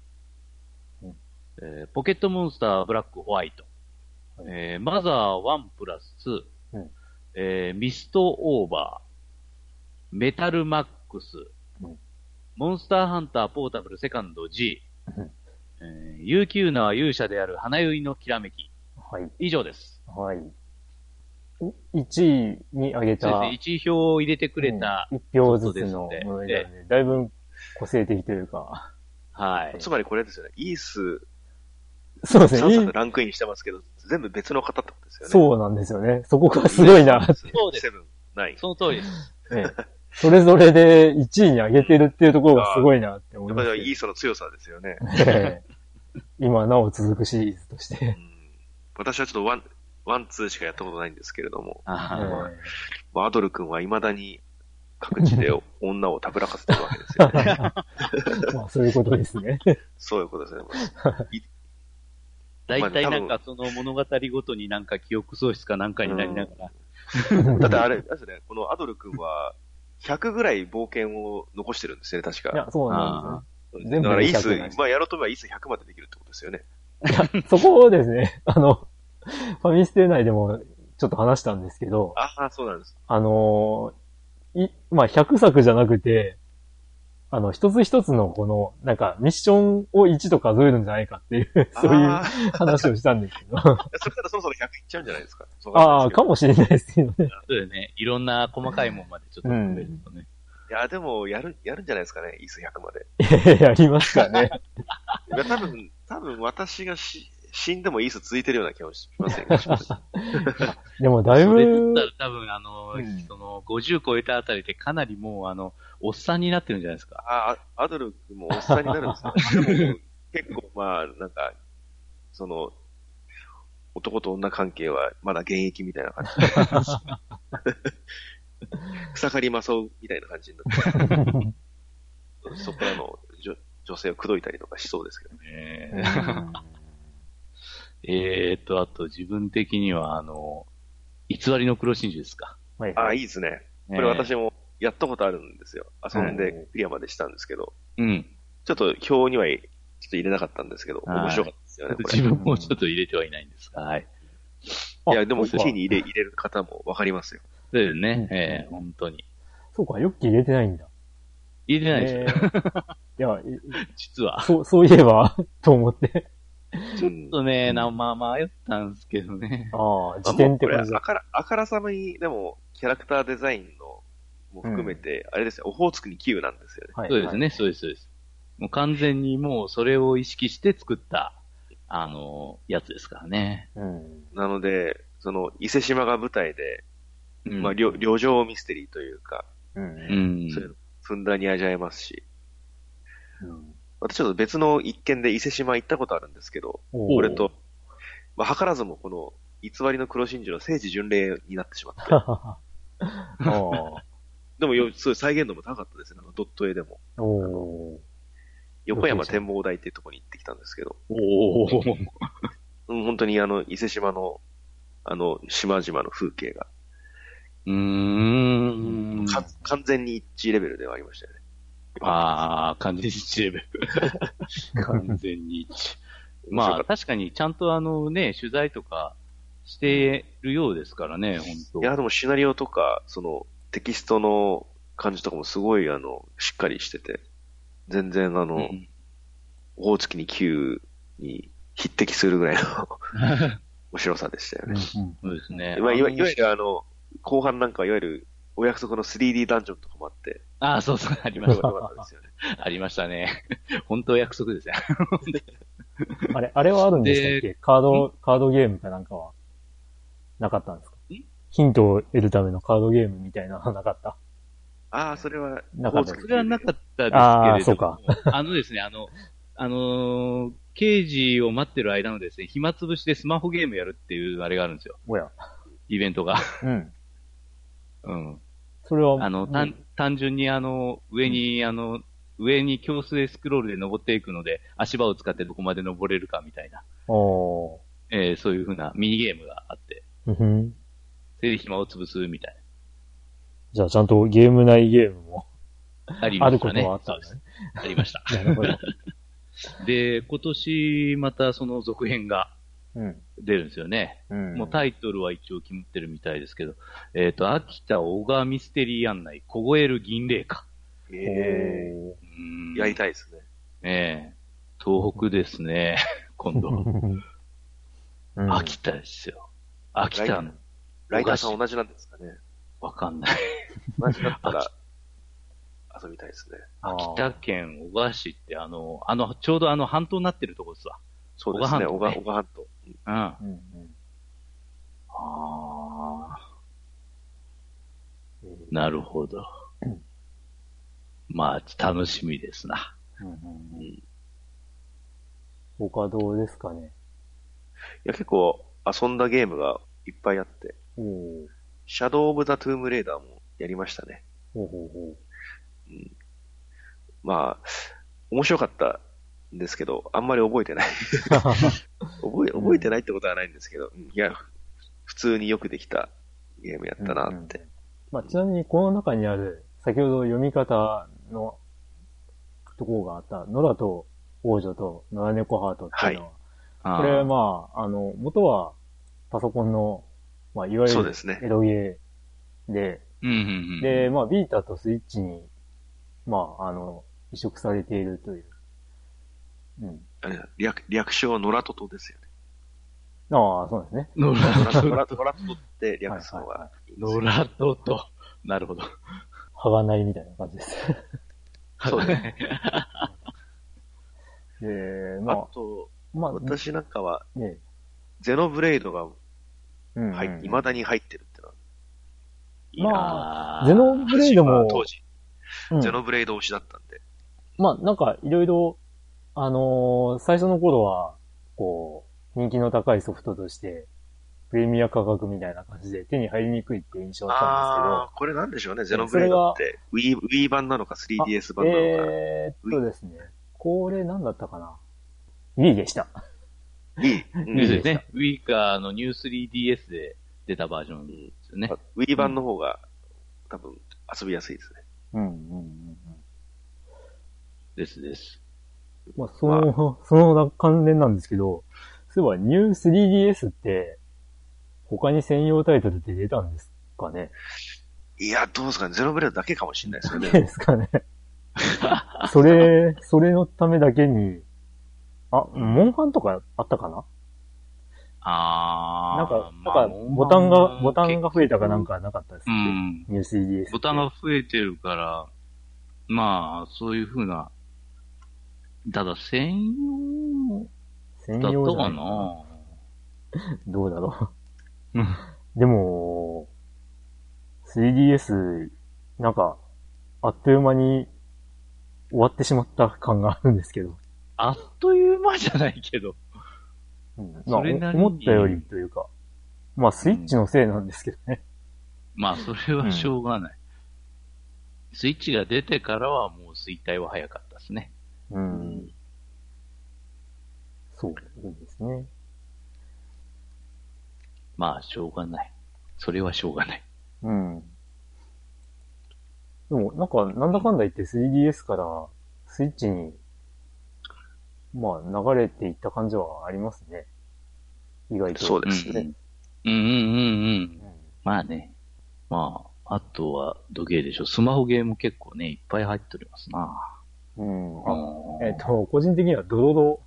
Speaker 1: うん
Speaker 3: えーポケットモンスター・ブラック・ホワイト、
Speaker 1: はい
Speaker 3: えーマザー1プラス2、
Speaker 1: うん
Speaker 3: えーミスト・オーバー、メタル・マックス、
Speaker 1: うん
Speaker 3: モンスター・ハンター・ポータブル・セカンド G
Speaker 1: うん、
Speaker 3: えー、悠久な勇者である花結いのきらめき。
Speaker 1: はい。
Speaker 3: 以上です。
Speaker 1: はい。1位に上げ
Speaker 3: そう
Speaker 1: た、
Speaker 3: ですね。1票を入れてくれた。
Speaker 1: 1票ずつのものになるので、だいぶ個性的というか、
Speaker 3: はい。
Speaker 4: つまりこれですよね。イース
Speaker 1: そうです
Speaker 4: 3
Speaker 1: ね。い
Speaker 4: 冊
Speaker 1: い
Speaker 4: ランクインしてますけど、全部別の方ってことですよね。
Speaker 1: そうなんですよね。そこがすごいな。
Speaker 3: そうです
Speaker 4: セブン、ナイン。
Speaker 3: その通りです。
Speaker 1: ねそれぞれで1位に上げてるっていうところがすごいなって思い
Speaker 4: やっ
Speaker 1: ま
Speaker 4: ぱ
Speaker 1: す
Speaker 4: りイースの強さですよね。
Speaker 1: けど。ええ今なお続くシリーズとして。
Speaker 4: う
Speaker 1: え
Speaker 4: ん私はちょっとワン、ワン、ツーしかやったことないんですけれども、
Speaker 3: あ
Speaker 1: え
Speaker 3: ー
Speaker 4: アドル君は未だに各地で女をたぶらかせてるわけですよ ね。
Speaker 1: まあそういうことですね。
Speaker 4: そういうことですね。
Speaker 3: 大体なんかその物語ごとになんか記憶喪失かなんかになりながら。
Speaker 4: だってあれ、あれですね、このアドル君は、100ぐらい冒険を残してるんですよね、確
Speaker 1: い
Speaker 4: か
Speaker 1: や。、そうなん
Speaker 4: うん
Speaker 1: 全部
Speaker 4: だからイー
Speaker 1: 100なんで
Speaker 4: ス、
Speaker 1: す
Speaker 4: まあやろうと思えばイース100までできるってことですよね。
Speaker 1: です よ。そこをですね、あの、ファミステ内でもちょっと話したんですけど、
Speaker 4: ああ、そうなんです。
Speaker 1: あのーい、まあ、100作じゃなくて、あの、一つ一つのこの、なんか、ミッションを1と数えるんじゃないかっていう、 そういう
Speaker 4: あー
Speaker 1: 話をしたんですけ ど。あ
Speaker 4: それからそろそろ100いっちゃうんじゃないですか。そうわ
Speaker 1: あ
Speaker 4: んな
Speaker 1: ー、
Speaker 4: いですけ
Speaker 1: か
Speaker 4: ど
Speaker 1: もしれないですけど ね。
Speaker 3: そうだよね。いろんな細かいもんまでちょっと含めるとね。
Speaker 4: いや、でも、やる、やるんじゃないですかね、イース100まで。
Speaker 1: やりますか ね。
Speaker 4: いや、多分、多分私がし死んでもイース続いてるような気もしませ んか
Speaker 1: でも、だい
Speaker 3: それだっ
Speaker 1: ぶ
Speaker 3: た、ら多分あの、
Speaker 1: うん
Speaker 3: その50超えたあたりでかなりもうあの、おっさんになってるんじゃない ですか。
Speaker 4: ああ、アドル君もおっさんになるんですね。でも結構、まあ、なんか、その、男と女関係はまだ現役みたいな 感じ。草刈りまそうみたいな感じになって、そこからの女女性を口説いたりとかしそうですけどね。
Speaker 1: うん
Speaker 3: ねええーっと、あと自分的にはあの、偽りの黒真珠ですか。
Speaker 1: はい
Speaker 4: ああ、いいですね。これ
Speaker 3: え
Speaker 4: 私もやったことあるんですよ。遊ん
Speaker 1: う
Speaker 4: でクリアまでしたんですけど、
Speaker 3: ーうん。
Speaker 4: ちょっと表にはいちょっと入れなかったんですけど、
Speaker 3: はい
Speaker 4: 面白かったですよね。これ
Speaker 3: 自分もちょっと入れてはいないんですが、はい。
Speaker 1: あ
Speaker 4: いや、でも、
Speaker 1: そうか
Speaker 4: 1位に入れ入れる方もわかりますよ。
Speaker 3: そうだよね。
Speaker 1: うん
Speaker 3: えー本当に。
Speaker 1: そうか、よく入れてないんだ。
Speaker 3: 入れてないですよ、
Speaker 1: えーいや、い
Speaker 3: 実は。
Speaker 1: そう、そういえば、 と思って。
Speaker 4: ちょっ
Speaker 3: ちょっとね、なまあ迷ったんですけどね。
Speaker 1: ああ、辞典って
Speaker 4: これ
Speaker 1: 感じ
Speaker 4: あ
Speaker 1: だ。
Speaker 4: から、あからさまに、でも、キャラクターデザインのも含めて、あれですね、オホーツクにキウなんですよね。
Speaker 1: はい。
Speaker 3: そうです
Speaker 1: はい。
Speaker 3: ね、そうです、そうです。もう完全にもうそれを意識して作った、あの、やつですからね。
Speaker 1: うん。
Speaker 4: なので、その、伊勢島が舞台で、
Speaker 3: うん
Speaker 4: まあ、旅旅情ミステリーというか、
Speaker 1: う。
Speaker 3: うんん。
Speaker 4: そういうの、ふんだんに味わえますし、
Speaker 1: うん。
Speaker 4: 私ちょっと別の一件で伊勢島行ったことあるんですけど、こ
Speaker 1: こ
Speaker 4: れと、まあ、図らずもこの、偽りの黒真珠の聖地巡礼になってしまって、
Speaker 1: あ あ。
Speaker 4: でもよ、そういう再現度も高かったですね、あのドット絵でも。
Speaker 1: おー
Speaker 4: 横山展望台っていうところに行ってきたんですけど、
Speaker 3: おお
Speaker 4: うん、本当にあの、伊勢島の、あの、島々の風景が、
Speaker 3: うーん。
Speaker 4: か完全に一致レベルではありましたよね。
Speaker 3: ああ、完全に一レベル。完全に一。まあ、確かにちゃんとあのね、取材とかしてるようですからね、
Speaker 4: い
Speaker 3: 本
Speaker 4: や、でもシナリオとか、その、テキストの感じとかもすごい、あの、しっかりしてて、全然
Speaker 3: 当。
Speaker 4: あの、 大月に9に匹敵するぐらいの 面白さでしたよね。
Speaker 1: うん
Speaker 3: そうですね。
Speaker 4: まあ、いわいわ
Speaker 3: る。
Speaker 4: ゆるあの、後半なんかはいわゆる、お約束の 3D ダンジョンとかもあって、
Speaker 3: ああ、そうそう、ありまし
Speaker 4: 面白
Speaker 3: た。
Speaker 4: かったですよね。
Speaker 3: ありましたね。 本当約束ですね。
Speaker 1: あれ、あれはあるんでしたっけカード、カードゲームかなんかは、なかったんですか
Speaker 3: ん
Speaker 1: ヒントを得るためのカードゲームみたいなのはなかった。
Speaker 4: ああ、それは、
Speaker 1: なかった
Speaker 4: 大
Speaker 1: です
Speaker 4: 月
Speaker 3: それはなかった
Speaker 4: っ
Speaker 3: ですけれども。
Speaker 1: あーそうか
Speaker 3: あのですね、あの、あのー刑事を待ってる間のですね、暇つぶしでスマホゲームやるっていうあれがあるんですよ。
Speaker 1: おや。
Speaker 3: イベント が。
Speaker 1: うん。
Speaker 3: うん。
Speaker 1: それは、
Speaker 3: あの、
Speaker 1: う
Speaker 3: 単
Speaker 1: ん、
Speaker 3: 単純にあの、上に、あの、上に強制スクロールで登っていくので、足場を使ってどこまで登れるかみたいな、
Speaker 1: おー
Speaker 3: えーそういうふうなミニゲームがあって、
Speaker 1: ふふん。
Speaker 3: それで暇を潰すみたい
Speaker 1: じゃあ、ちゃんとゲーム内ゲームも
Speaker 3: な。ありま
Speaker 1: ある
Speaker 3: し
Speaker 1: こと
Speaker 3: たね。
Speaker 1: はあったん
Speaker 3: そ
Speaker 1: です
Speaker 3: うで
Speaker 1: ね。
Speaker 3: すありました。
Speaker 1: なるほど。
Speaker 3: で、今年またその続編が
Speaker 1: うん。
Speaker 3: 出るんですよね。
Speaker 1: うん。
Speaker 3: もうタイトルは一応決まってるみたいですけど、えっ、と、秋田小川ミステリー案内、凍える銀霊か。
Speaker 4: た。
Speaker 1: おー
Speaker 4: え
Speaker 3: うーん
Speaker 4: えやりたいですね。
Speaker 3: ねえ。東北ですね、 今度。
Speaker 1: うん
Speaker 3: 秋田ですよ。秋田の、
Speaker 4: ライターさん同じなんですかね。
Speaker 3: わかんない。
Speaker 4: 同じだったら、遊びたいですね。
Speaker 1: あー
Speaker 3: 秋田県小川市ってあの、あの、ちょうどあの半島になってるとこですわ。
Speaker 4: そうですね、
Speaker 3: 小
Speaker 4: 小
Speaker 3: 川半
Speaker 4: 川
Speaker 3: 島ね
Speaker 4: 小川半島。
Speaker 3: うん。あ
Speaker 1: うんうん
Speaker 3: あ。なるほど
Speaker 1: うん。
Speaker 3: まあ、楽しみですな。
Speaker 1: うんうんうん他どうですかね。
Speaker 4: いや、結構遊んだゲームがいっぱいあって、
Speaker 1: おお
Speaker 4: シャドウ・オブ・ザ・トゥーム・レーダーもやりましたね。
Speaker 1: ほうほうほ
Speaker 4: まあ、面白かったんですけど、あんまり覚えてない。
Speaker 1: う。
Speaker 4: 覚え覚えてないってことはないんですけど、うんいや、普通によくできたゲームやったなって。
Speaker 1: まあ、ちなみに、この中にある、先ほど読み方のところがあった、野良と王女と野良猫ハートっていうのは、
Speaker 3: あー
Speaker 1: これはまあ、あの、元はパソコンの、まあ、いわゆ
Speaker 4: そうで
Speaker 1: る
Speaker 4: すね
Speaker 1: エロゲーで、
Speaker 3: うんうんうん。
Speaker 1: で、まあ、ビータとスイッチに、まあ、あの、移植されているという。うん。
Speaker 4: あれ略略称はノラトトですよね。
Speaker 1: ああ、そうですね。
Speaker 3: ノラ
Speaker 4: ノラ
Speaker 3: ト
Speaker 4: ノラ
Speaker 3: ト。
Speaker 4: ノラトトって略すのがいいんです
Speaker 3: ノ
Speaker 4: よ
Speaker 3: ラトト。なるほど。
Speaker 1: 鋼ないみたいな感じです。
Speaker 4: そうですね。
Speaker 1: で、
Speaker 4: あ
Speaker 1: ま
Speaker 4: と、
Speaker 1: あ、まあ、
Speaker 4: 私なんかは、
Speaker 1: ね、
Speaker 4: ゼノブレイドが
Speaker 1: うん、
Speaker 4: はい、未だに入ってるってのは。いいな
Speaker 1: ま
Speaker 3: あー
Speaker 1: ゼノブレイドも
Speaker 4: 私は、当時、
Speaker 1: うん
Speaker 4: ゼノブレイド推しだったんで。
Speaker 1: まあ、なんか、いろいろ、あのー最初の頃は、こう、人気の高いソフトとして、プレミア価格みたいな感じで手に入りにくいっていう印象だ
Speaker 4: あ
Speaker 1: っ
Speaker 4: あー、これなんでしょうね、ゼノブレイドって。Wii, Wii 版なのか
Speaker 1: あ
Speaker 4: 3DS
Speaker 1: たん
Speaker 4: 版な
Speaker 1: ですけ
Speaker 4: の
Speaker 1: ど、
Speaker 4: か。
Speaker 1: えー、っとですね、これ何だったかな ?Wii でした。
Speaker 4: Wii、
Speaker 3: ニュース
Speaker 1: い
Speaker 3: で
Speaker 1: い
Speaker 3: すね。ウィーカーのニュー 3DS で出たバージョンですよね。
Speaker 4: うん Wii 版の方が、多分、遊びやすいですね。
Speaker 1: うん、うん、うん。
Speaker 3: ですです。
Speaker 1: まあ、その、その関連なんですけど、そういえば、ニュー 3DS って、他に専用タイトルって出たんですかね
Speaker 4: いや、どうですかね、ゼノブレイドだけかもしれないですよね。
Speaker 1: ですか ね。それ、それのためだけに、あ、モンハンとかあったかな
Speaker 3: あー。
Speaker 1: なんか、
Speaker 3: ま
Speaker 1: なん
Speaker 3: あ
Speaker 1: か、ボタンが、
Speaker 3: もう
Speaker 1: ボタンが増えたかなんかなかったですっ
Speaker 3: う
Speaker 1: け。
Speaker 3: ん。
Speaker 1: ニュース EDS。
Speaker 3: ボタンが増えてるから、まあ、そういうふうな、ただ専用
Speaker 1: 専
Speaker 3: だっ
Speaker 1: 用
Speaker 3: た
Speaker 1: じゃな
Speaker 3: か
Speaker 1: い
Speaker 3: な
Speaker 1: どうだろ
Speaker 3: う
Speaker 1: う。でも、3DS、なんか、あっという間に終わってしまった感があるんですけど。
Speaker 3: あっという間じゃないけど。
Speaker 1: うんまあ、
Speaker 3: それなりに
Speaker 1: 思ったよりというか。まあ、スイッチのせいなんですけどね。
Speaker 3: まあ、それはしょうがない。スイッチが出てからはもう衰退は早かったですね。
Speaker 1: うん。そうですね。
Speaker 3: まあ、しょうがない。それはしょうがない。
Speaker 1: うん。でも、なんか、なんだかんだ言って 3DS からスイッチに、まあ、流れていった感じはありますね。意外と。
Speaker 4: そうですね。
Speaker 3: うんうんうんうん
Speaker 1: う。
Speaker 3: まあね。まあ、あとは、土ゲーでしょ。スマホゲーも結構ね、いっぱい入っておりますな。
Speaker 1: ん。うん。あ
Speaker 3: あ
Speaker 1: えっ、と、個人的にはドロド、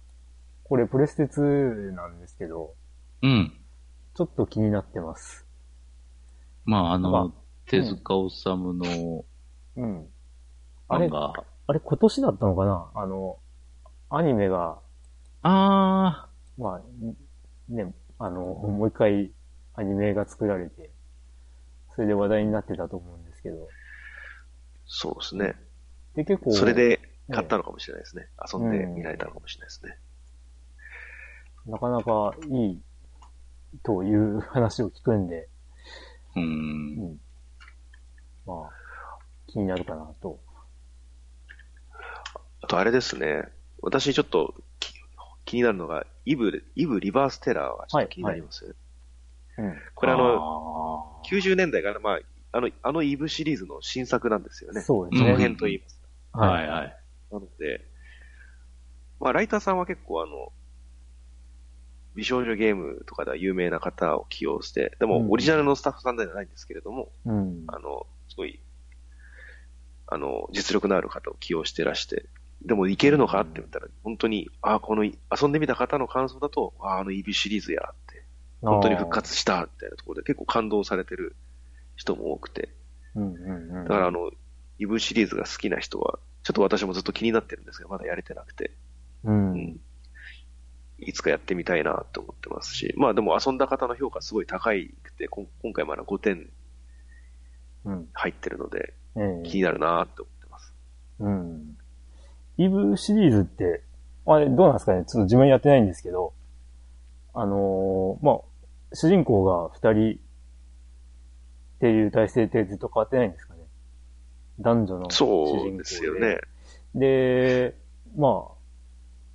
Speaker 1: これプレステ2なんですけど、
Speaker 3: うん。
Speaker 1: ちょっと気になってます。
Speaker 3: まあ、あの、
Speaker 1: まあ
Speaker 3: 手塚治虫の
Speaker 1: うん。あ
Speaker 3: 漫
Speaker 1: れ、
Speaker 3: 画。
Speaker 1: あれ今年だったのかなあの、アニメが、
Speaker 3: ああ
Speaker 1: まあ、ね、あの、もう一回アニメが作られて、それで話題になってたと思うんですけど。
Speaker 4: そうですね。
Speaker 1: で、結構、
Speaker 4: それで買ったのかもしれないですね。遊んで
Speaker 1: うん
Speaker 4: 見られたのかもしれないですね。
Speaker 1: なかなかいいという話を聞くんで、
Speaker 3: うー。
Speaker 1: うんん。まあ、気になるかなと。
Speaker 4: あとあれですね。私ちょっとき気になるのが、イブ、イブリバーステラーはちょっと気になります。
Speaker 1: うん。
Speaker 4: これあの、
Speaker 3: の
Speaker 4: 90年代から、まあ、あの、あのイブシリーズの新作なんですよね。
Speaker 1: そうです
Speaker 3: う
Speaker 1: ね。
Speaker 4: 続
Speaker 3: ん
Speaker 4: 編と言います。
Speaker 3: はいはい。
Speaker 4: なので、まあ、ライターさんは結構あの、美少女ゲームとかでは有名な方を起用して、で
Speaker 1: う
Speaker 4: も
Speaker 1: ん
Speaker 4: オリジナルのスタッフさんではないんですけれども、
Speaker 1: うん。
Speaker 4: あの、すごい、あの、実力のある方を起用してらして、でもいけるのかって言ったら、本当に、ああ、この、遊んでみた方の感想だと、ああ、あの EV シリーズやって、本当に復活したみたいなところで結構感動されてる人も多くて、
Speaker 1: あー。うんうんうん。
Speaker 4: だからあの、イブシリーズが好きな人は、ちょっと私もずっと気になってるんですけど、まだやれてなくて、
Speaker 1: うん。
Speaker 4: うんいつかやってみたいなと思ってますし、まあでも遊んだ方の評価すごい高いくて、こん今回まだ5点
Speaker 1: うん。
Speaker 4: 入ってるので、
Speaker 1: ええ
Speaker 4: 気になるなと思ってます。
Speaker 1: うん。イブシリーズって、あれ、どうなんですかねちょっと自分やってないんですけど、あのーまあ、主人公が二人っていう体制ってずっと変わってないんですかね男女の主人公で。
Speaker 4: そうですよね。
Speaker 1: で、ま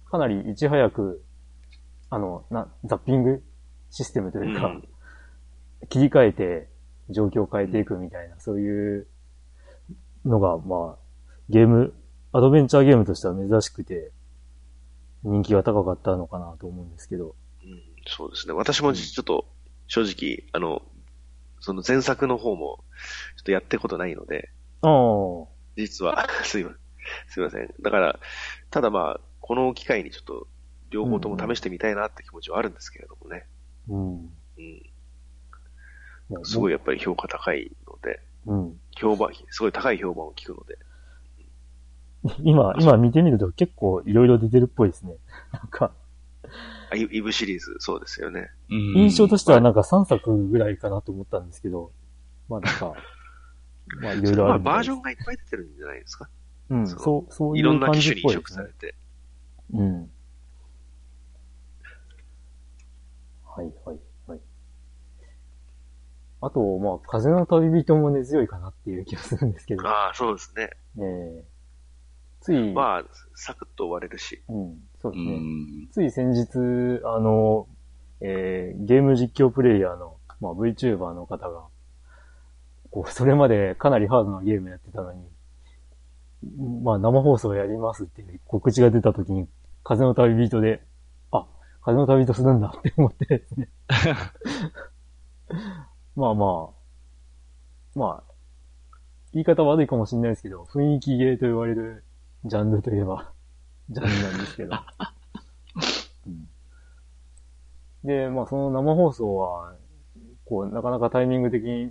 Speaker 1: あ、かなりいち早く、あの、な、ザッピングシステムと
Speaker 4: う
Speaker 1: いうか、
Speaker 4: ん
Speaker 1: 切り替えて、状況を変えていくみたいな、そういうのが、まあ、ゲーム、アドベンチャーゲームとしては珍しくて、人気が高かったのかなと思うんですけど。
Speaker 4: うんそうですね。私もちょっと、正直、あの、その前作の方も、ちょっとやってことないので、
Speaker 1: ああ、
Speaker 4: 実は、 すいません。すいません。だから、ただまあ、この機会にちょっと、両方とも試してみたいなって気持ちはあるんですけれどもね。
Speaker 1: うん。
Speaker 4: うん。
Speaker 1: もう
Speaker 4: すごいやっぱり評価高いので、
Speaker 1: うん。
Speaker 4: 評判、すごい高い評判を聞くので、
Speaker 1: 今、今見てみると結構いろいろ出てるっぽいですね。なんか、
Speaker 4: あイイブシリーズ、そうですよね。
Speaker 3: うん
Speaker 1: 印象としてはなんか3作ぐらいかなと思ったんですけど、まあなん か、まあいろいろあ
Speaker 4: ま
Speaker 1: る
Speaker 4: あ、
Speaker 1: みたいです
Speaker 4: バージョンがいっぱい出てるんじゃないですか。
Speaker 1: うん、
Speaker 4: その
Speaker 1: そう、そう
Speaker 4: い
Speaker 1: いう
Speaker 4: ろんな
Speaker 1: 感
Speaker 4: 機
Speaker 1: じっ
Speaker 4: 種に
Speaker 1: ぽ
Speaker 4: 移
Speaker 1: いで
Speaker 4: 植
Speaker 1: す
Speaker 4: さ
Speaker 1: ね
Speaker 4: れ。て。
Speaker 1: うん。はい、はい、はい。あと、まあ、風の旅人も根強いかなっていう気がするんですけど、ね
Speaker 4: ああ、そうですね。
Speaker 1: えつい、
Speaker 4: まあ、サクッと終われるし。
Speaker 1: うん、そう
Speaker 3: う
Speaker 1: ですね。
Speaker 3: ん。
Speaker 1: つい先日、あの、えーゲーム実況プレイヤーの、まあ、VTuber の方が、こう、それまでかなりハードなゲームやってたのに、まあ、生放送やりますっていう告知が出た時に、風の旅人で、あ、風の旅人するんだって思ってですね。まあまあ、まあ、言い方悪いかもしれないですけど、雰囲気ゲーと言われるジャンルといえば、ジャンルなんですけど。うんで、まあその生放送は、こう、なかなかタイミング的に、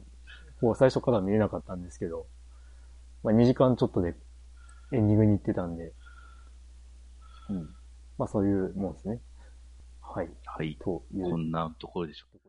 Speaker 1: こう、最初からは見れなかったんですけど、まあ2時間ちょっとでエンディングに行ってたんで、うん。まあそういうもんですね。はい。
Speaker 3: はい。
Speaker 1: という
Speaker 3: こんなところでしょう。